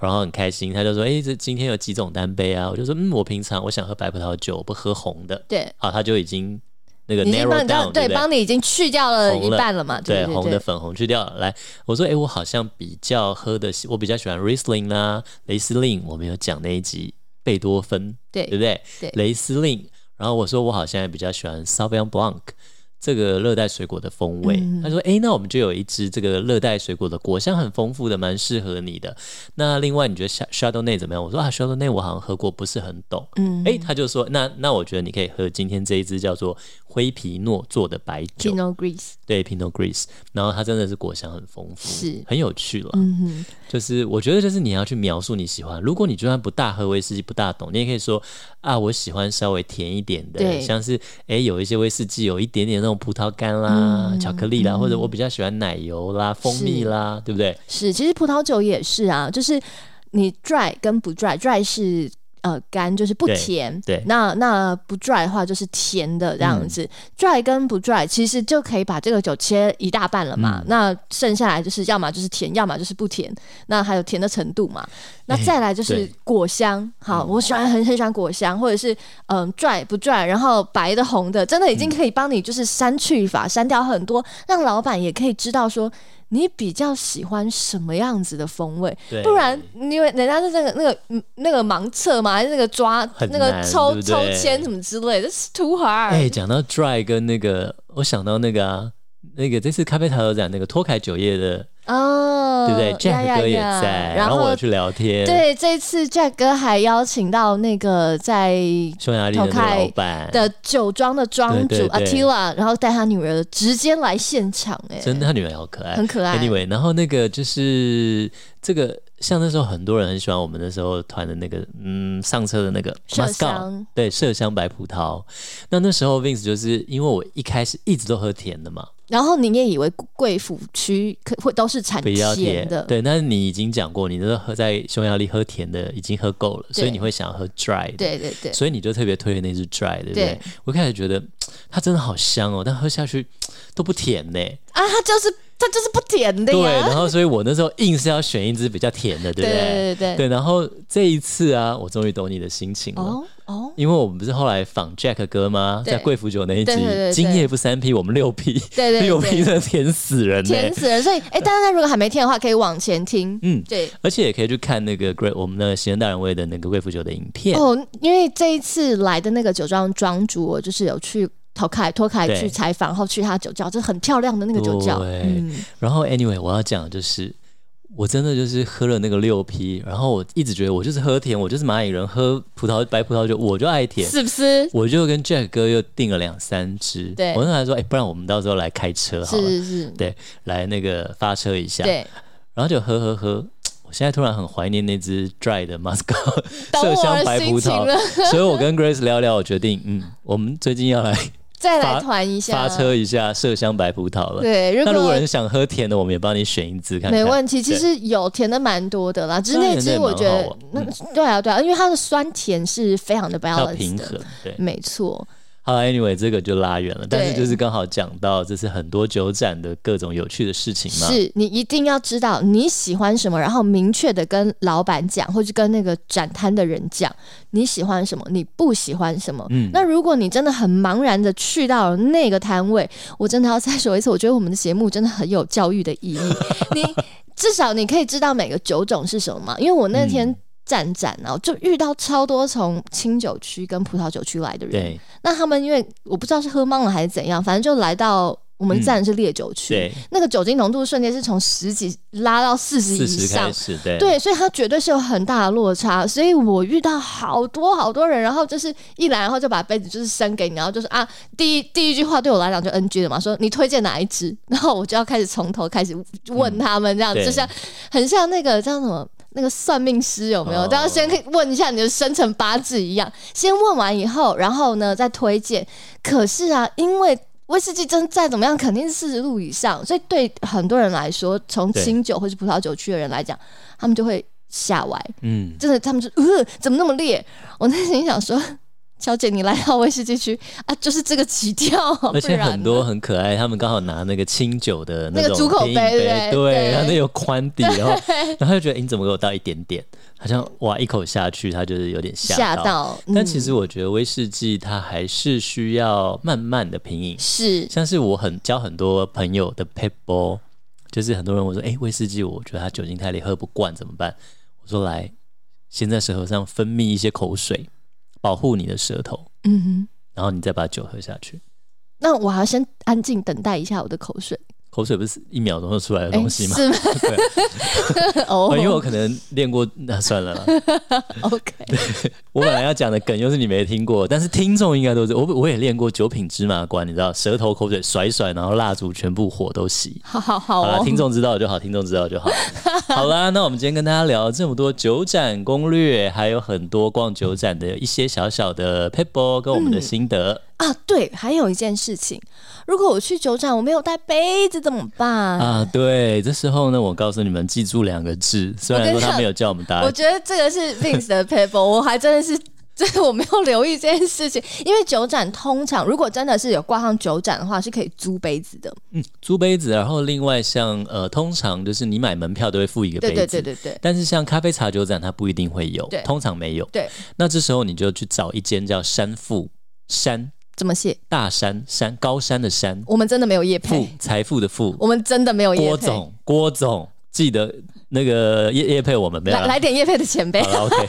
[SPEAKER 1] 然后很开心，他就说，哎、这今天有几种单杯啊？我就说，嗯，我平常我想喝白葡萄酒，我不喝红的？”。
[SPEAKER 2] 对，
[SPEAKER 1] 好，他就已经那个
[SPEAKER 2] 你已经
[SPEAKER 1] narrow
[SPEAKER 2] 帮
[SPEAKER 1] down，
[SPEAKER 2] 你对
[SPEAKER 1] 不对？
[SPEAKER 2] 帮你已经去掉了一
[SPEAKER 1] 红了
[SPEAKER 2] 半了嘛？对
[SPEAKER 1] 红
[SPEAKER 2] 对
[SPEAKER 1] 的粉红去掉了。来，我说，哎、我好像比较喝的，我比较喜欢 Riesling 啦、雷司令，我们有讲那一集贝多芬，
[SPEAKER 2] 对
[SPEAKER 1] 对不对？
[SPEAKER 2] 对
[SPEAKER 1] 雷司令。然后我说我好像也比较喜欢 Sauvignon Blanc 这个热带水果的风味。
[SPEAKER 2] 嗯
[SPEAKER 1] 他说：“诶，那我们就有一支这个热带水果的果香很丰富的，蛮适合你的。那另外你觉得 Sha- Chardonnay 怎么样？”我说：“啊，Chardonnay 我好像喝过，不是很懂。”嗯，诶，他就说：“那那我觉得你可以喝今天这一支叫做灰皮诺做的白酒，
[SPEAKER 2] ，Pinot Gris
[SPEAKER 1] 对 Pinot Gris。然后它真的是果香很丰富，
[SPEAKER 2] 是嗯
[SPEAKER 1] 很有趣了。就是我觉得就是你要去描述你喜欢。如果你就算不大喝威士忌，不大懂，你也可以说啊，我喜欢稍微甜一点
[SPEAKER 2] 对
[SPEAKER 1] 的，像是诶有一些威士忌有一点点那种葡萄干啦、
[SPEAKER 2] 嗯
[SPEAKER 1] 巧克力啦，或者我比较喜欢奶油啦、蜂蜜啦，对不对？
[SPEAKER 2] 是，其实葡萄酒也是啊，就是你 dry 跟不 dry，dry 是。”呃，干就是不
[SPEAKER 1] 对
[SPEAKER 2] 甜，
[SPEAKER 1] 对嗯
[SPEAKER 2] 那那不 dry 的话就是甜的这样子、d r y 跟不 dry 其实就可以把这个酒切一大半了
[SPEAKER 1] 嗯
[SPEAKER 2] 嘛。那剩下来就是要么就是甜，要么就是不甜。那还有甜的程度嘛。那再来就是
[SPEAKER 1] 哎对嗯
[SPEAKER 2] 果香，好，我喜欢很很喜欢果香，或者是嗯拽不拽，然后白的红的，真的已经可以帮你就是删去法，删掉很多，让老板也可以知道说你比较喜欢什么样子的风味。
[SPEAKER 1] 对，
[SPEAKER 2] 不然，因为人家是那个那个嗯那个盲测嘛，还是那个抓
[SPEAKER 1] 很
[SPEAKER 2] 那个
[SPEAKER 1] 难
[SPEAKER 2] 抽
[SPEAKER 1] 对不
[SPEAKER 2] 抽
[SPEAKER 1] 对
[SPEAKER 2] 签什么之类的，It's too
[SPEAKER 1] 哎、
[SPEAKER 2] hard。
[SPEAKER 1] 讲到 dry 跟那个，我想到那个啊，那个这次咖啡台有讲那个脱凯酒业的，
[SPEAKER 2] 哦，
[SPEAKER 1] 对不对
[SPEAKER 2] 呀呀
[SPEAKER 1] ？Jack 哥也
[SPEAKER 2] 呀
[SPEAKER 1] 在，
[SPEAKER 2] 然
[SPEAKER 1] 然
[SPEAKER 2] 后
[SPEAKER 1] 后我有去聊天，，
[SPEAKER 2] 对，这次 Jack 哥还邀请到那个在
[SPEAKER 1] 匈牙利的那个老板，
[SPEAKER 2] 的酒庄的庄主
[SPEAKER 1] 对对对
[SPEAKER 2] Attila，然后带他女儿直接来现场、哎，
[SPEAKER 1] 真的，他女儿好可爱，
[SPEAKER 2] 很可爱。
[SPEAKER 1] Anyway，然后那个就是这个，像那时候很多人很喜欢我们那时候团的那个，嗯，上车的那个
[SPEAKER 2] 麝
[SPEAKER 1] Moscow，
[SPEAKER 2] 香
[SPEAKER 1] 对，麝香白葡萄。那那时候 Vince 就是因为我一开始一直都喝甜的嘛，
[SPEAKER 2] 然后你也以为贵府区可会都是产
[SPEAKER 1] 比较
[SPEAKER 2] 的，，
[SPEAKER 1] 对，那你已经讲过，你那时候喝在匈牙利喝甜的已经喝够了，所以你会想要喝 dry 的。
[SPEAKER 2] 对对对
[SPEAKER 1] 所以你就特别推的那支 dry，对不对？
[SPEAKER 2] 对
[SPEAKER 1] 我一开始觉得它真的好香哦，但喝下去都不甜呢、
[SPEAKER 2] 啊，它就是它就是不甜的
[SPEAKER 1] 对，
[SPEAKER 2] 呀，
[SPEAKER 1] 然后所以我那时候硬是要选一支比较甜的，对不
[SPEAKER 2] 对对对
[SPEAKER 1] 对，然后这一次啊，我终于懂你的心情了。
[SPEAKER 2] 哦哦，
[SPEAKER 1] 因为我们不是后来仿 Jack 哥吗？
[SPEAKER 2] 对
[SPEAKER 1] 在贵腐酒那一集
[SPEAKER 2] 对对对对，
[SPEAKER 1] 今夜不三批，我们六批，[LAUGHS]
[SPEAKER 2] 对对对
[SPEAKER 1] 六批真的甜死人呢、
[SPEAKER 2] 甜死了。所以哎，大家如果还没听的话，可以往前听，
[SPEAKER 1] 嗯
[SPEAKER 2] 对。
[SPEAKER 1] 而且也可以去看那个 Great 我们的行人大人味的那个贵腐酒的影片。
[SPEAKER 2] 哦，因为这一次来的那个酒庄庄主，我就是有去投凯托凯
[SPEAKER 1] 对
[SPEAKER 2] 去采访，然后去他酒窖，这很漂亮的那个酒窖，
[SPEAKER 1] 对
[SPEAKER 2] 嗯，
[SPEAKER 1] 然后 anyway，我要讲的就是，我真的就是喝了那个六批，然后我一直觉得我就是喝甜，我就是蚂蚁人，喝葡萄白葡萄酒我就爱甜，
[SPEAKER 2] 是不是？
[SPEAKER 1] 我就跟 Jack 哥又订了两三支。
[SPEAKER 2] 对
[SPEAKER 1] 我跟他说，哎、不然我们到时候来开车好了，
[SPEAKER 2] 是是是，
[SPEAKER 1] 对，来那个发车一下，
[SPEAKER 2] 对，
[SPEAKER 1] 然后就喝喝喝，我现在突然很怀念那只 dry 的
[SPEAKER 2] [LAUGHS]
[SPEAKER 1] Moscow
[SPEAKER 2] 懂
[SPEAKER 1] 麝香
[SPEAKER 2] 我
[SPEAKER 1] 白
[SPEAKER 2] 的
[SPEAKER 1] 葡
[SPEAKER 2] 心情
[SPEAKER 1] 萄，
[SPEAKER 2] 了，
[SPEAKER 1] 所以我跟 Grace 聊聊，我决定，嗯，我们最近要来
[SPEAKER 2] 再
[SPEAKER 1] 发
[SPEAKER 2] 来团一
[SPEAKER 1] 发。
[SPEAKER 2] 下
[SPEAKER 1] 车一下麝香白葡萄了。
[SPEAKER 2] 对，如
[SPEAKER 1] 那如果
[SPEAKER 2] 果
[SPEAKER 1] 人想喝甜的，我们也帮你选一支看看。
[SPEAKER 2] 没问题，其
[SPEAKER 1] 对
[SPEAKER 2] 实有甜的蛮多的啦，只是那
[SPEAKER 1] 当然那
[SPEAKER 2] 支
[SPEAKER 1] 也
[SPEAKER 2] 我觉
[SPEAKER 1] 蛮好啊
[SPEAKER 2] 得
[SPEAKER 1] 玩
[SPEAKER 2] 那对啊对啊，因为它的酸甜是非常的
[SPEAKER 1] 要
[SPEAKER 2] balance
[SPEAKER 1] 平
[SPEAKER 2] 的，
[SPEAKER 1] 衡。对，
[SPEAKER 2] 没错，
[SPEAKER 1] 好，anyway，这个就拉远了，但是
[SPEAKER 2] 对
[SPEAKER 1] 就是刚好讲到，这是很多酒展的各种有趣的事情嘛。
[SPEAKER 2] 是你一定要知道你喜欢什么，然后明确的跟老板讲，或是跟那个展摊的人讲你喜欢什么，你不喜欢什么。
[SPEAKER 1] 嗯
[SPEAKER 2] 那如果你真的很茫然的去到了那个摊位，我真的要再说一哎次，我觉得我们的节目真的很有教育的意义。
[SPEAKER 1] [LAUGHS]
[SPEAKER 2] 你至少你可以知道每个酒种是什么嘛，因为我那天
[SPEAKER 1] 嗯
[SPEAKER 2] 站展啊，就遇到超多从清酒区跟葡萄酒区来的人，
[SPEAKER 1] 对
[SPEAKER 2] 那他们因为我不知道是喝懵了还是怎样，反正就来到我们站的是烈酒
[SPEAKER 1] 嗯
[SPEAKER 2] 区，
[SPEAKER 1] 对，
[SPEAKER 2] 那个酒精浓度瞬间是从十几拉到四十
[SPEAKER 1] 四
[SPEAKER 2] 嗯以
[SPEAKER 1] 十
[SPEAKER 2] 上
[SPEAKER 1] 开。始，对
[SPEAKER 2] 对，所以它绝对是有很大的落差，所以我遇到好多好多人，然后就是一来，然后就把杯子就是伸给你，然后就说啊，第一第一句话对我来讲就 NG 了嘛，说你推荐哪一支，然后我就要开始从头开始问他们，这样、
[SPEAKER 1] 对
[SPEAKER 2] 就像很像那个叫什么那个算命师有没有？
[SPEAKER 1] 哦
[SPEAKER 2] 都要先问一下你的生辰八字一样，先问完以后，然后呢再推荐。可是啊，因为威士忌真再怎么样，肯定是四十度以上，所以对很多人来说，从
[SPEAKER 1] 对
[SPEAKER 2] 清酒或是葡萄酒区的人来讲，他们就会吓歪，
[SPEAKER 1] 嗯，
[SPEAKER 2] 真的，他们就呃，怎么那么烈？我内心想说，小姐，你来到威士忌区啊，就是这个起跳，
[SPEAKER 1] [LAUGHS] 而且
[SPEAKER 2] 不然呢
[SPEAKER 1] 很多很可爱，他们刚好拿那个清酒的
[SPEAKER 2] 那个
[SPEAKER 1] 种
[SPEAKER 2] 竹口
[SPEAKER 1] 便宜
[SPEAKER 2] 杯
[SPEAKER 1] 杯，
[SPEAKER 2] 对
[SPEAKER 1] 对，
[SPEAKER 2] 对
[SPEAKER 1] 然后那有宽
[SPEAKER 2] [LAUGHS]
[SPEAKER 1] 底，然后然后就觉得诶你怎么给我倒一点点？好像哇，一口下去，他就是有点
[SPEAKER 2] 吓
[SPEAKER 1] 到。
[SPEAKER 2] 到，
[SPEAKER 1] 但
[SPEAKER 2] 嗯
[SPEAKER 1] 其实我觉得威士忌它还是需要慢慢的品饮，
[SPEAKER 2] 是
[SPEAKER 1] 像是我很交很多朋友的 p e b a l 就是很多人我说，哎、威士忌我觉得它酒精太烈，喝不惯怎么办？我说来，先在舌头上分泌一些口水，保护你的舌头，
[SPEAKER 2] 嗯哼，
[SPEAKER 1] 然后你再把酒喝下去。
[SPEAKER 2] 那我还要先安静等待一下我的口水，
[SPEAKER 1] 口水不是一秒钟就出来的
[SPEAKER 2] 哎
[SPEAKER 1] 东西吗？
[SPEAKER 2] 是吗？
[SPEAKER 1] [LAUGHS]
[SPEAKER 2] [LAUGHS] 哦
[SPEAKER 1] 哦，因为我可能练过，那算了啦。 [LAUGHS]
[SPEAKER 2] ，OK，
[SPEAKER 1] 我本来要讲的梗又是你没听过，但是听众应该都是我，我也练过九品芝麻官，你知道，舌头口水甩一甩，然后蜡烛全部火都熄。
[SPEAKER 2] 好好好
[SPEAKER 1] 好啦，
[SPEAKER 2] 哦，
[SPEAKER 1] 听众知道就好，听众知道就
[SPEAKER 2] [LAUGHS]
[SPEAKER 1] 好。好啦，那我们今天跟大家聊这么多酒展攻略，还有很多逛酒展的一些小小的 p e p l e 跟我们的心得、
[SPEAKER 2] 啊，对，还有一件事情，如果我去酒展我没有带杯子怎么办？
[SPEAKER 1] 啊。对，这时候呢，我告诉你们，记住两个字。虽然
[SPEAKER 2] 我
[SPEAKER 1] 说
[SPEAKER 2] 跟你
[SPEAKER 1] 他
[SPEAKER 2] 讲
[SPEAKER 1] 没有叫我们答
[SPEAKER 2] 我
[SPEAKER 1] 案，
[SPEAKER 2] 觉得这个是 Vince 的 paper，我还真的是。这个我没有留意这件事情，因为酒展通常如果真的是有挂上酒展的话，是可以租杯子的。
[SPEAKER 1] 租杯子，然后另外像呃，通常就是你买门票都会附一个杯
[SPEAKER 2] 对
[SPEAKER 1] 子，
[SPEAKER 2] 对对对对，
[SPEAKER 1] 但是像咖啡茶酒展，它不一定会有
[SPEAKER 2] 对，
[SPEAKER 1] 通常没有。
[SPEAKER 2] 对，
[SPEAKER 1] 那这时候你就去找一间叫山富山
[SPEAKER 2] 怎么写？
[SPEAKER 1] 大山山高山的
[SPEAKER 2] [LAUGHS]
[SPEAKER 1] 山
[SPEAKER 2] 我们真的没有业
[SPEAKER 1] 富
[SPEAKER 2] 配，
[SPEAKER 1] 财富的富
[SPEAKER 2] 我们真的没有业
[SPEAKER 1] 郭
[SPEAKER 2] 配，
[SPEAKER 1] 总郭总记得那个叶叶配我们没有
[SPEAKER 2] 来
[SPEAKER 1] 啦
[SPEAKER 2] 来点业配的前辈
[SPEAKER 1] 好。了 OK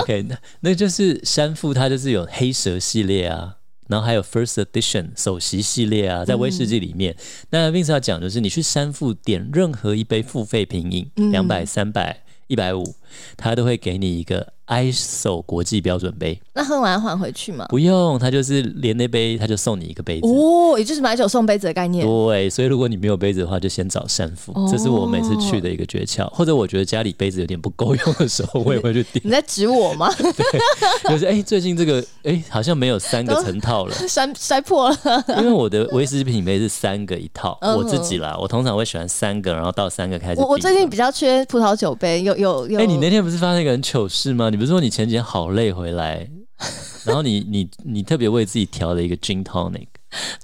[SPEAKER 1] OK 那那就是山富它就是有黑蛇系列啊。然后还有 First Edition 首席系列啊，在威士忌里面，那 Vince 要讲的是，你去山富点任何一杯付费品饮，两百、三百、一百五，他都会给你一个 ISO 国际标准杯，
[SPEAKER 2] 那喝完还回去嘛？
[SPEAKER 1] 不用，他就是连那杯他就送你一个杯子。
[SPEAKER 2] 哦，也就是买酒送杯子的概念。
[SPEAKER 1] 对，所以如果你没有杯子的话，就先找山富，
[SPEAKER 2] 哦
[SPEAKER 1] 这是我每次去的一个诀窍。或者我觉得家里杯子有点不够用的时候，我也会去点。
[SPEAKER 2] 你在指我吗？ [LAUGHS]
[SPEAKER 1] 就是哎、最近这个哎、好像没有三个成套了，
[SPEAKER 2] 摔摔破了。
[SPEAKER 1] 因为我的威士忌品杯是三个一套，
[SPEAKER 2] 嗯
[SPEAKER 1] 我自己啦，我通常会喜欢三个，然后到三个开始比嘛。
[SPEAKER 2] 我我最近比较缺葡萄酒杯，有有有。
[SPEAKER 1] 哎、你那天不是发生一个很糗事吗？你不是说你前几天好累回来，然后你你你特别为自己调了一个 gin tonic，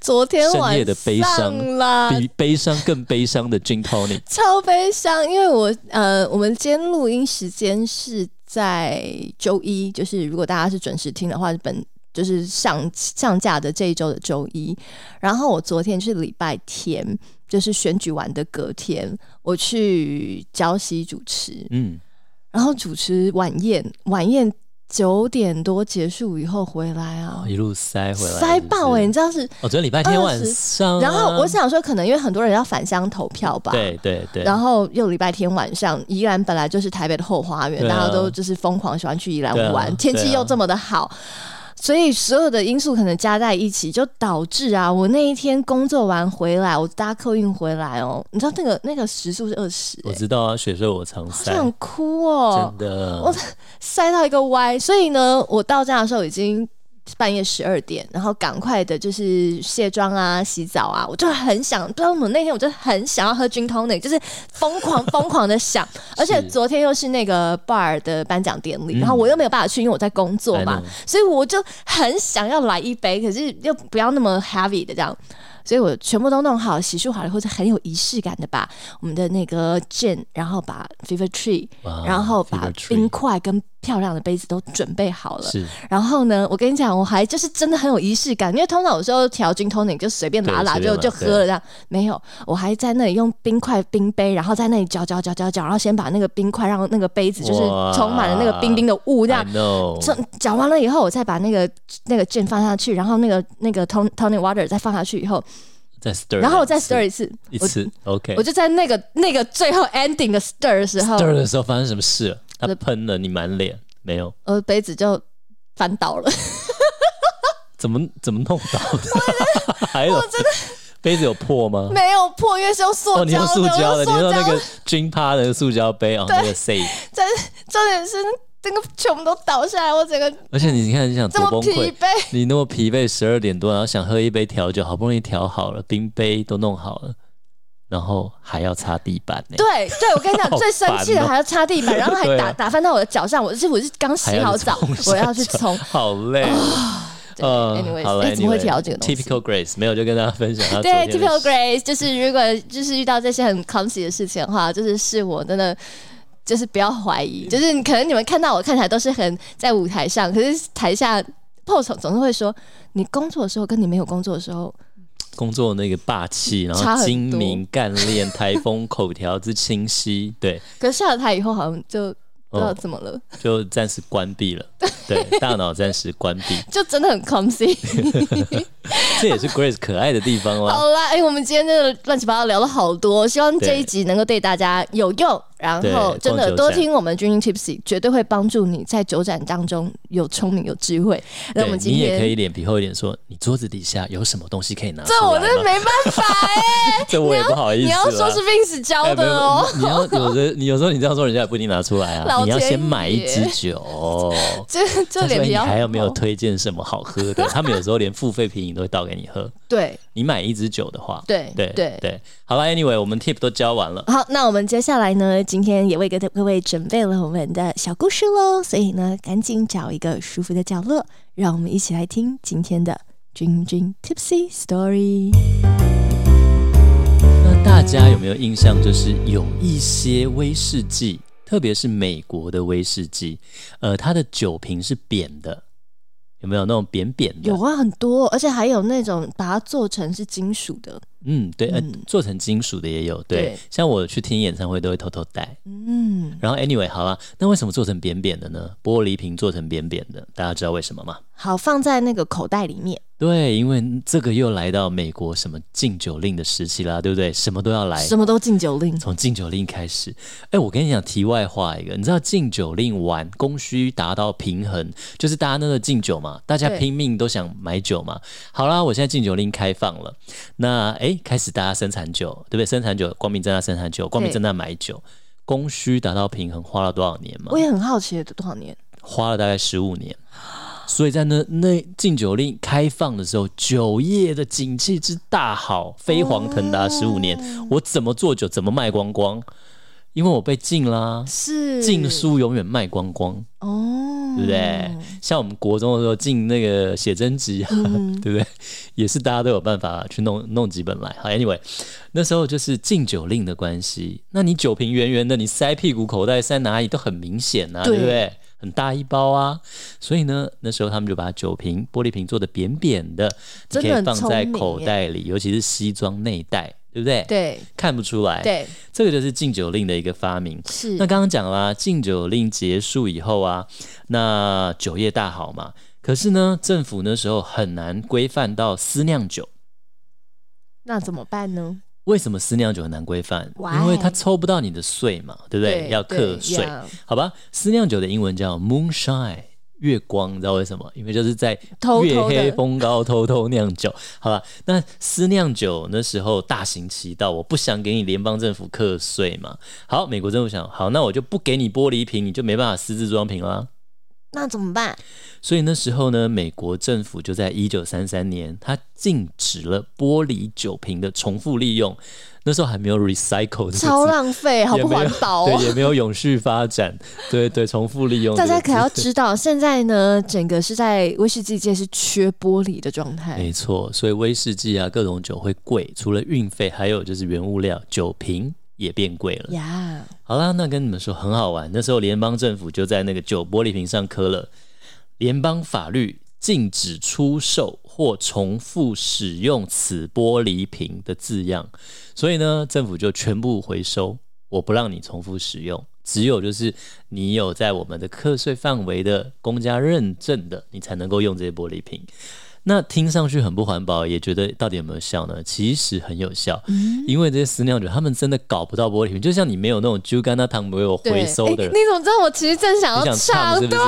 [SPEAKER 2] 昨天
[SPEAKER 1] 深夜
[SPEAKER 2] 晚
[SPEAKER 1] 的悲伤
[SPEAKER 2] 上啦，
[SPEAKER 1] 比悲伤更悲伤的 gin tonic。
[SPEAKER 2] 超悲伤，因为我呃，我们今天录音时间是在周一，就是如果大家是准时听的话，是本就是上上架的这一周的周一。然后我昨天是礼拜天，就是选举完的隔天，我去礁溪主持，
[SPEAKER 1] 嗯，
[SPEAKER 2] 然后主持晚宴，晚宴九点多结束以后回来啊。
[SPEAKER 1] 一路塞哦回来，
[SPEAKER 2] 塞爆哎、
[SPEAKER 1] 哎、
[SPEAKER 2] 你知道是？
[SPEAKER 1] 哦，昨天礼拜天晚上啊、
[SPEAKER 2] 然后我想说，可能因为很多人要返乡投票吧，
[SPEAKER 1] 对对对，
[SPEAKER 2] 然
[SPEAKER 1] 后
[SPEAKER 2] 后又礼拜天晚上，宜兰本来就是台北的后花园，
[SPEAKER 1] 对啊
[SPEAKER 2] 大家都就是疯狂喜欢去宜兰
[SPEAKER 1] 对啊
[SPEAKER 2] 玩，
[SPEAKER 1] 对啊
[SPEAKER 2] 天气又这么的好，所以所有的因素可能加在一起，就导致啊，我那一天工作完回来，我搭客运回来哦，你知道那个那个时速是二十、
[SPEAKER 1] 我
[SPEAKER 2] 欸，
[SPEAKER 1] 知道啊，雪睡我常
[SPEAKER 2] 好
[SPEAKER 1] 晒，
[SPEAKER 2] 想哭哦
[SPEAKER 1] 真，的，
[SPEAKER 2] 我晒到一个歪。所以呢，我到家的时候已经半夜十二点，然后赶快的就是卸妆啊、洗澡啊，我就很想，不知道为什么那天我就很想要喝 gin tonic，就是疯狂疯狂的想。而且昨天又是那个 bar 的颁奖典礼，
[SPEAKER 1] 嗯
[SPEAKER 2] 然后我又没有办法去，因为我在工作
[SPEAKER 1] I
[SPEAKER 2] 嘛
[SPEAKER 1] know，
[SPEAKER 2] 所以我就很想要来一杯，可是又不要那么 heavy 的这样。所以我全部都弄好，洗漱好了，或者很有仪式感的把我们的那个 gin，然后把 fever tree，
[SPEAKER 1] 哇
[SPEAKER 2] 然后把
[SPEAKER 1] Fever 啊 Tree
[SPEAKER 2] 冰块跟漂亮的杯子都准备好了。
[SPEAKER 1] 是
[SPEAKER 2] 然后呢，我跟你讲，我还就是真的很有仪式感，因为通常有时候调 gin tonic 就随便拉拉
[SPEAKER 1] 对随便
[SPEAKER 2] 就
[SPEAKER 1] 拉
[SPEAKER 2] 就喝了这样，没有，我还在那里用冰块冰杯，然后在那里搅搅搅搅搅，然后先把那个冰块让那个杯子就是
[SPEAKER 1] 哇
[SPEAKER 2] 充满了那个冰冰的雾这样
[SPEAKER 1] I。know，
[SPEAKER 2] 这搅完了以后，我再把那个那个 gin 放下去，然后那个那个 ton- tonic water 再放下去以后，
[SPEAKER 1] 再 stir，
[SPEAKER 2] 然后我再
[SPEAKER 1] 一次
[SPEAKER 2] stir 一次，
[SPEAKER 1] 一
[SPEAKER 2] 我
[SPEAKER 1] 次，OK
[SPEAKER 2] 我。就在那个那个最后 ending 的 stir 的时候，
[SPEAKER 1] stir 的时候发生什么事了？他
[SPEAKER 2] 我的
[SPEAKER 1] 喷了你满脸，没有？
[SPEAKER 2] 我的呃杯子就翻倒了。
[SPEAKER 1] 怎么怎么弄到的？ [LAUGHS] 还有杯子有破吗？
[SPEAKER 2] [LAUGHS] 没有破，因为是用塑
[SPEAKER 1] 哦，
[SPEAKER 2] 胶的，
[SPEAKER 1] 你用塑胶的，
[SPEAKER 2] 我
[SPEAKER 1] 你
[SPEAKER 2] 用
[SPEAKER 1] 用
[SPEAKER 2] 塑胶
[SPEAKER 1] 那个军趴的塑胶杯哦，那个 safe。
[SPEAKER 2] 真重点是那个全部都倒下来，我整个
[SPEAKER 1] 而且你你看你想
[SPEAKER 2] 这
[SPEAKER 1] 多
[SPEAKER 2] 么
[SPEAKER 1] 崩
[SPEAKER 2] 疲
[SPEAKER 1] 溃，
[SPEAKER 2] 惫。
[SPEAKER 1] 你那么疲惫，十二点多，然后想喝一杯调酒，好不容易调好了，冰杯都弄好了，然后还要擦地板呢，
[SPEAKER 2] 对对，我跟你
[SPEAKER 1] [LAUGHS]
[SPEAKER 2] 讲，
[SPEAKER 1] 好
[SPEAKER 2] 最生气的
[SPEAKER 1] 烦哦
[SPEAKER 2] 还要擦地板，然后还
[SPEAKER 1] [LAUGHS] 对啊
[SPEAKER 2] 打打翻到我的脚上。我是我是刚
[SPEAKER 1] 还
[SPEAKER 2] 洗好澡
[SPEAKER 1] 去冲啊一，下
[SPEAKER 2] 我要去
[SPEAKER 1] [LAUGHS]
[SPEAKER 2] 冲。啊
[SPEAKER 1] 脚好累。 [LAUGHS] 嗯
[SPEAKER 2] 对，anyways，
[SPEAKER 1] 好了
[SPEAKER 2] 哎，怎么会
[SPEAKER 1] anyway，
[SPEAKER 2] 调这个东西
[SPEAKER 1] Typical Grace 没有就跟大家分享她昨
[SPEAKER 2] 对
[SPEAKER 1] 天的
[SPEAKER 2] ，Typical Grace，就是如果就是遇到这些很 clumsy 的事情的话，就是是我真的。就是不要怀疑，就是可能你们看到我看起来都是很在舞台上，可是台下 pose 总总是会说，你工作的时候跟你没有工作的时候
[SPEAKER 1] 工作的那个霸气，然
[SPEAKER 2] 差很
[SPEAKER 1] 后
[SPEAKER 2] 多
[SPEAKER 1] 精明干练，台风口条之清
[SPEAKER 2] [LAUGHS]
[SPEAKER 1] 晰，对，
[SPEAKER 2] 可是下了台以后，好像就不知道
[SPEAKER 1] 哦
[SPEAKER 2] 怎么了，
[SPEAKER 1] 就暂时关闭了，对，大脑暂时关
[SPEAKER 2] [LAUGHS]
[SPEAKER 1] 闭，
[SPEAKER 2] 就真的
[SPEAKER 1] [LAUGHS]
[SPEAKER 2] 很 clumsy。
[SPEAKER 1] 这也是 Grace 可爱的地方啦。
[SPEAKER 2] 好啦，哎、我们今天真的乱七八糟聊了好多，希望这一集能够对大家有用，然后
[SPEAKER 1] 对
[SPEAKER 2] 真
[SPEAKER 1] 逛
[SPEAKER 2] 的
[SPEAKER 1] 酒
[SPEAKER 2] 多
[SPEAKER 1] 展
[SPEAKER 2] 听我们 Dream Tipsy，绝对会帮助你在酒展当中有聪明有智慧。那我
[SPEAKER 1] 对
[SPEAKER 2] 们今
[SPEAKER 1] 你也可
[SPEAKER 2] 天。
[SPEAKER 1] 以脸皮厚一点说，你桌子底下有什么东西可以拿出来
[SPEAKER 2] 这我真的
[SPEAKER 1] 吗？
[SPEAKER 2] 没办法哎、
[SPEAKER 1] 这我也不 [LAUGHS] 好意思
[SPEAKER 2] 你
[SPEAKER 1] 啦。
[SPEAKER 2] 要说是 Vince
[SPEAKER 1] 哎
[SPEAKER 2] 教
[SPEAKER 1] 没有
[SPEAKER 2] 的哦、
[SPEAKER 1] 你要有的，你有时候你这样说，人家也不一定拿出来啊。
[SPEAKER 2] 老
[SPEAKER 1] 你要
[SPEAKER 2] 天
[SPEAKER 1] 先买一支
[SPEAKER 2] 爷
[SPEAKER 1] 酒，
[SPEAKER 2] 这
[SPEAKER 1] 他
[SPEAKER 2] 这
[SPEAKER 1] 说
[SPEAKER 2] 脸
[SPEAKER 1] 哎
[SPEAKER 2] 皮
[SPEAKER 1] 你
[SPEAKER 2] 要哦
[SPEAKER 1] 还有没有
[SPEAKER 2] 厚
[SPEAKER 1] 推荐什么好喝的？ [LAUGHS] 他们有时候连付费品饮都会倒给你喝。
[SPEAKER 2] 对
[SPEAKER 1] 你买一支酒的话，
[SPEAKER 2] 对
[SPEAKER 1] 对
[SPEAKER 2] 对
[SPEAKER 1] 对，好了，Anyway，我们 tip 都教完了，
[SPEAKER 2] 好，那我们接下来呢，今天也为各各位准备了我们的小故事喽，所以呢，赶紧找一个舒服的角落，让我们一起来听今天的 Dream Dream Tipsy Story。
[SPEAKER 1] 那大家有没有印象？就是有一些威士忌，特别是美国的威士忌，呃，它的酒瓶是扁的，有没有那种扁扁的？
[SPEAKER 2] 有啊，很多，而且还有那种把它做成是金属的，
[SPEAKER 1] 嗯，对，呃
[SPEAKER 2] 嗯，
[SPEAKER 1] 做成金属的也有，对，
[SPEAKER 2] 对
[SPEAKER 1] 像我去听演唱会都会偷偷带。
[SPEAKER 2] 嗯，
[SPEAKER 1] 然后 anyway，好了，那为什么做成扁扁的呢？玻璃瓶做成扁扁的，大家知道为什么吗？
[SPEAKER 2] 好放在那个口袋里面，
[SPEAKER 1] 对，因为这个又来到美国什么禁酒令的时期啦，对不对？什么都要来，
[SPEAKER 2] 哎什么都禁酒令。
[SPEAKER 1] 从禁酒令开始。哎，我跟你讲，题外话一个，你知道禁酒令完，供需达到平衡，就是大家那个禁酒嘛，大家
[SPEAKER 2] 对
[SPEAKER 1] 拼命都想买酒嘛。好啦，我现在禁酒令开放了，那哎，开始大家生产酒，对不对？生产酒，光明正大生产酒，光明正大买酒。供需达到平衡花了多少年嘛
[SPEAKER 2] 我？也很好奇，多少年？
[SPEAKER 1] 花了大概十五年。所以在那那禁酒令开放的时候，酒业的景气之大好，飞黄腾达十五年，我怎么做酒怎么卖光光，因为我被禁啦，
[SPEAKER 2] 是
[SPEAKER 1] 禁书永远卖光光，
[SPEAKER 2] 哦，
[SPEAKER 1] 对不对？像我们国中的时候禁那个写真集啊，[LAUGHS]
[SPEAKER 2] 嗯
[SPEAKER 1] 对不对？也是大家都有办法去弄弄几本来。好，anyway，那时候就是禁酒令的关系，那你酒瓶圆圆的，你塞屁股、口袋、塞哪里都很明显啊，
[SPEAKER 2] 对
[SPEAKER 1] 对不对？很大一包啊，所以呢，那时候他们就把酒瓶、玻璃瓶做的扁扁的，你
[SPEAKER 2] 真
[SPEAKER 1] 可
[SPEAKER 2] 的
[SPEAKER 1] 以
[SPEAKER 2] 很
[SPEAKER 1] 放在
[SPEAKER 2] 聪明
[SPEAKER 1] 口
[SPEAKER 2] 耶
[SPEAKER 1] 袋里，尤其是西装内袋，对不对？，
[SPEAKER 2] 对
[SPEAKER 1] 看不出来。，
[SPEAKER 2] 对
[SPEAKER 1] 这个就是禁酒令的一个发明。
[SPEAKER 2] 是
[SPEAKER 1] 那刚刚讲啦，禁酒令结束以后啊，那酒业大好嘛。可是呢，政府那时候很难规范到私酿酒。
[SPEAKER 2] 那怎么办呢？
[SPEAKER 1] 为什么私酿酒很难规范
[SPEAKER 2] Why？
[SPEAKER 1] 因为它抽不到你的税嘛，对不对？要课
[SPEAKER 2] 对
[SPEAKER 1] 税，
[SPEAKER 2] 呀
[SPEAKER 1] 好吧？私酿酒的英文叫 moonshine，月光，你知道为什么？因为就是在
[SPEAKER 2] 偷
[SPEAKER 1] 月
[SPEAKER 2] 偷的
[SPEAKER 1] 黑风高偷偷酿酒，好吧？那私酿酒那时候大行其道，我不想给你联邦政府课税嘛。好，美国政府想，好，那我就不给你玻璃瓶，你就没办法私自装瓶啦。
[SPEAKER 2] 那怎么办？
[SPEAKER 1] 所以那时候呢，美国政府就在一九三三年，它禁止了玻璃酒瓶的重复利用。那时候还没有 recycle 这个字
[SPEAKER 2] 超浪费，好
[SPEAKER 1] 也
[SPEAKER 2] 不
[SPEAKER 1] 没有
[SPEAKER 2] 环保哦
[SPEAKER 1] 对，。也没有永续发展， [LAUGHS] 对对，重复利用。
[SPEAKER 2] [LAUGHS] 大家可要
[SPEAKER 1] 对对
[SPEAKER 2] 知道，现在呢，整个是在威士忌界是缺玻璃的状态。
[SPEAKER 1] 没错，所以威士忌啊，各种酒会贵，除了运费，还有就是原物料，酒瓶也变贵了。
[SPEAKER 2] 呀
[SPEAKER 1] 好啦，那跟你们说很好玩，那时候联邦政府就在那个酒玻璃瓶上刻了联邦法律。禁止出售或重复使用此玻璃瓶的字样，所以呢，政府就全部回收，我不让你重复使用，只有就是你有在我们的课税范围的公家认证的，你才能够用这些玻璃瓶。那听上去很不环保，也觉得到底有没有效呢？其实很有效，因为这些私酿酒他们真的搞不到玻璃瓶，就像你没有那种 j u g a n a 糖没有
[SPEAKER 2] 对，哎
[SPEAKER 1] 回收的
[SPEAKER 2] 诶
[SPEAKER 1] 人
[SPEAKER 2] 你，怎么知道我其实正想
[SPEAKER 1] 你
[SPEAKER 2] 要
[SPEAKER 1] 想唱是不是？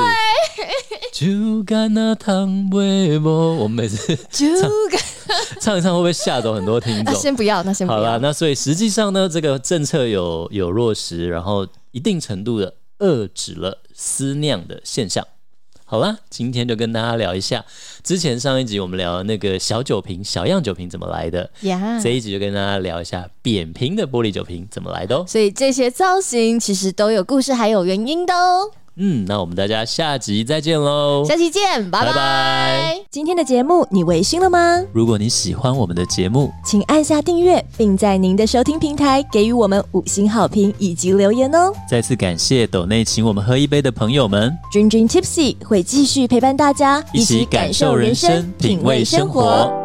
[SPEAKER 1] 就干那糖微波，我们每次 [LAUGHS]
[SPEAKER 2] 就个
[SPEAKER 1] 唱一唱，会不会吓走很多听
[SPEAKER 2] 啊，
[SPEAKER 1] 众？
[SPEAKER 2] 先不要，那先不
[SPEAKER 1] 好啦，
[SPEAKER 2] 要。
[SPEAKER 1] 那所以实际上呢，这个政策有有落实，然后一定程度的遏制了私酿的现象。好啦，今天就跟大家聊一下，之前上一集我们聊那个小酒瓶、小样酒瓶怎么来的，
[SPEAKER 2] 呀
[SPEAKER 1] 这一集就跟大家聊一下扁平的玻璃酒瓶怎么来的哦。
[SPEAKER 2] 所以这些造型其实都有故事，还有原因的哦。
[SPEAKER 1] 嗯，那我们大家下集再见喽。
[SPEAKER 2] 下期见，拜
[SPEAKER 1] 拜拜
[SPEAKER 2] 今天的节目你微醺了吗？
[SPEAKER 1] 如果你喜欢我们的节目，
[SPEAKER 2] 请按下订阅，并在您的收听平台给予我们五星好评以及留言哦。
[SPEAKER 1] 再次感谢斗内请我们喝一杯的朋友们，
[SPEAKER 2] 君君 Tipsy 会继续陪伴大家，
[SPEAKER 1] 一起感受人生，品味生活。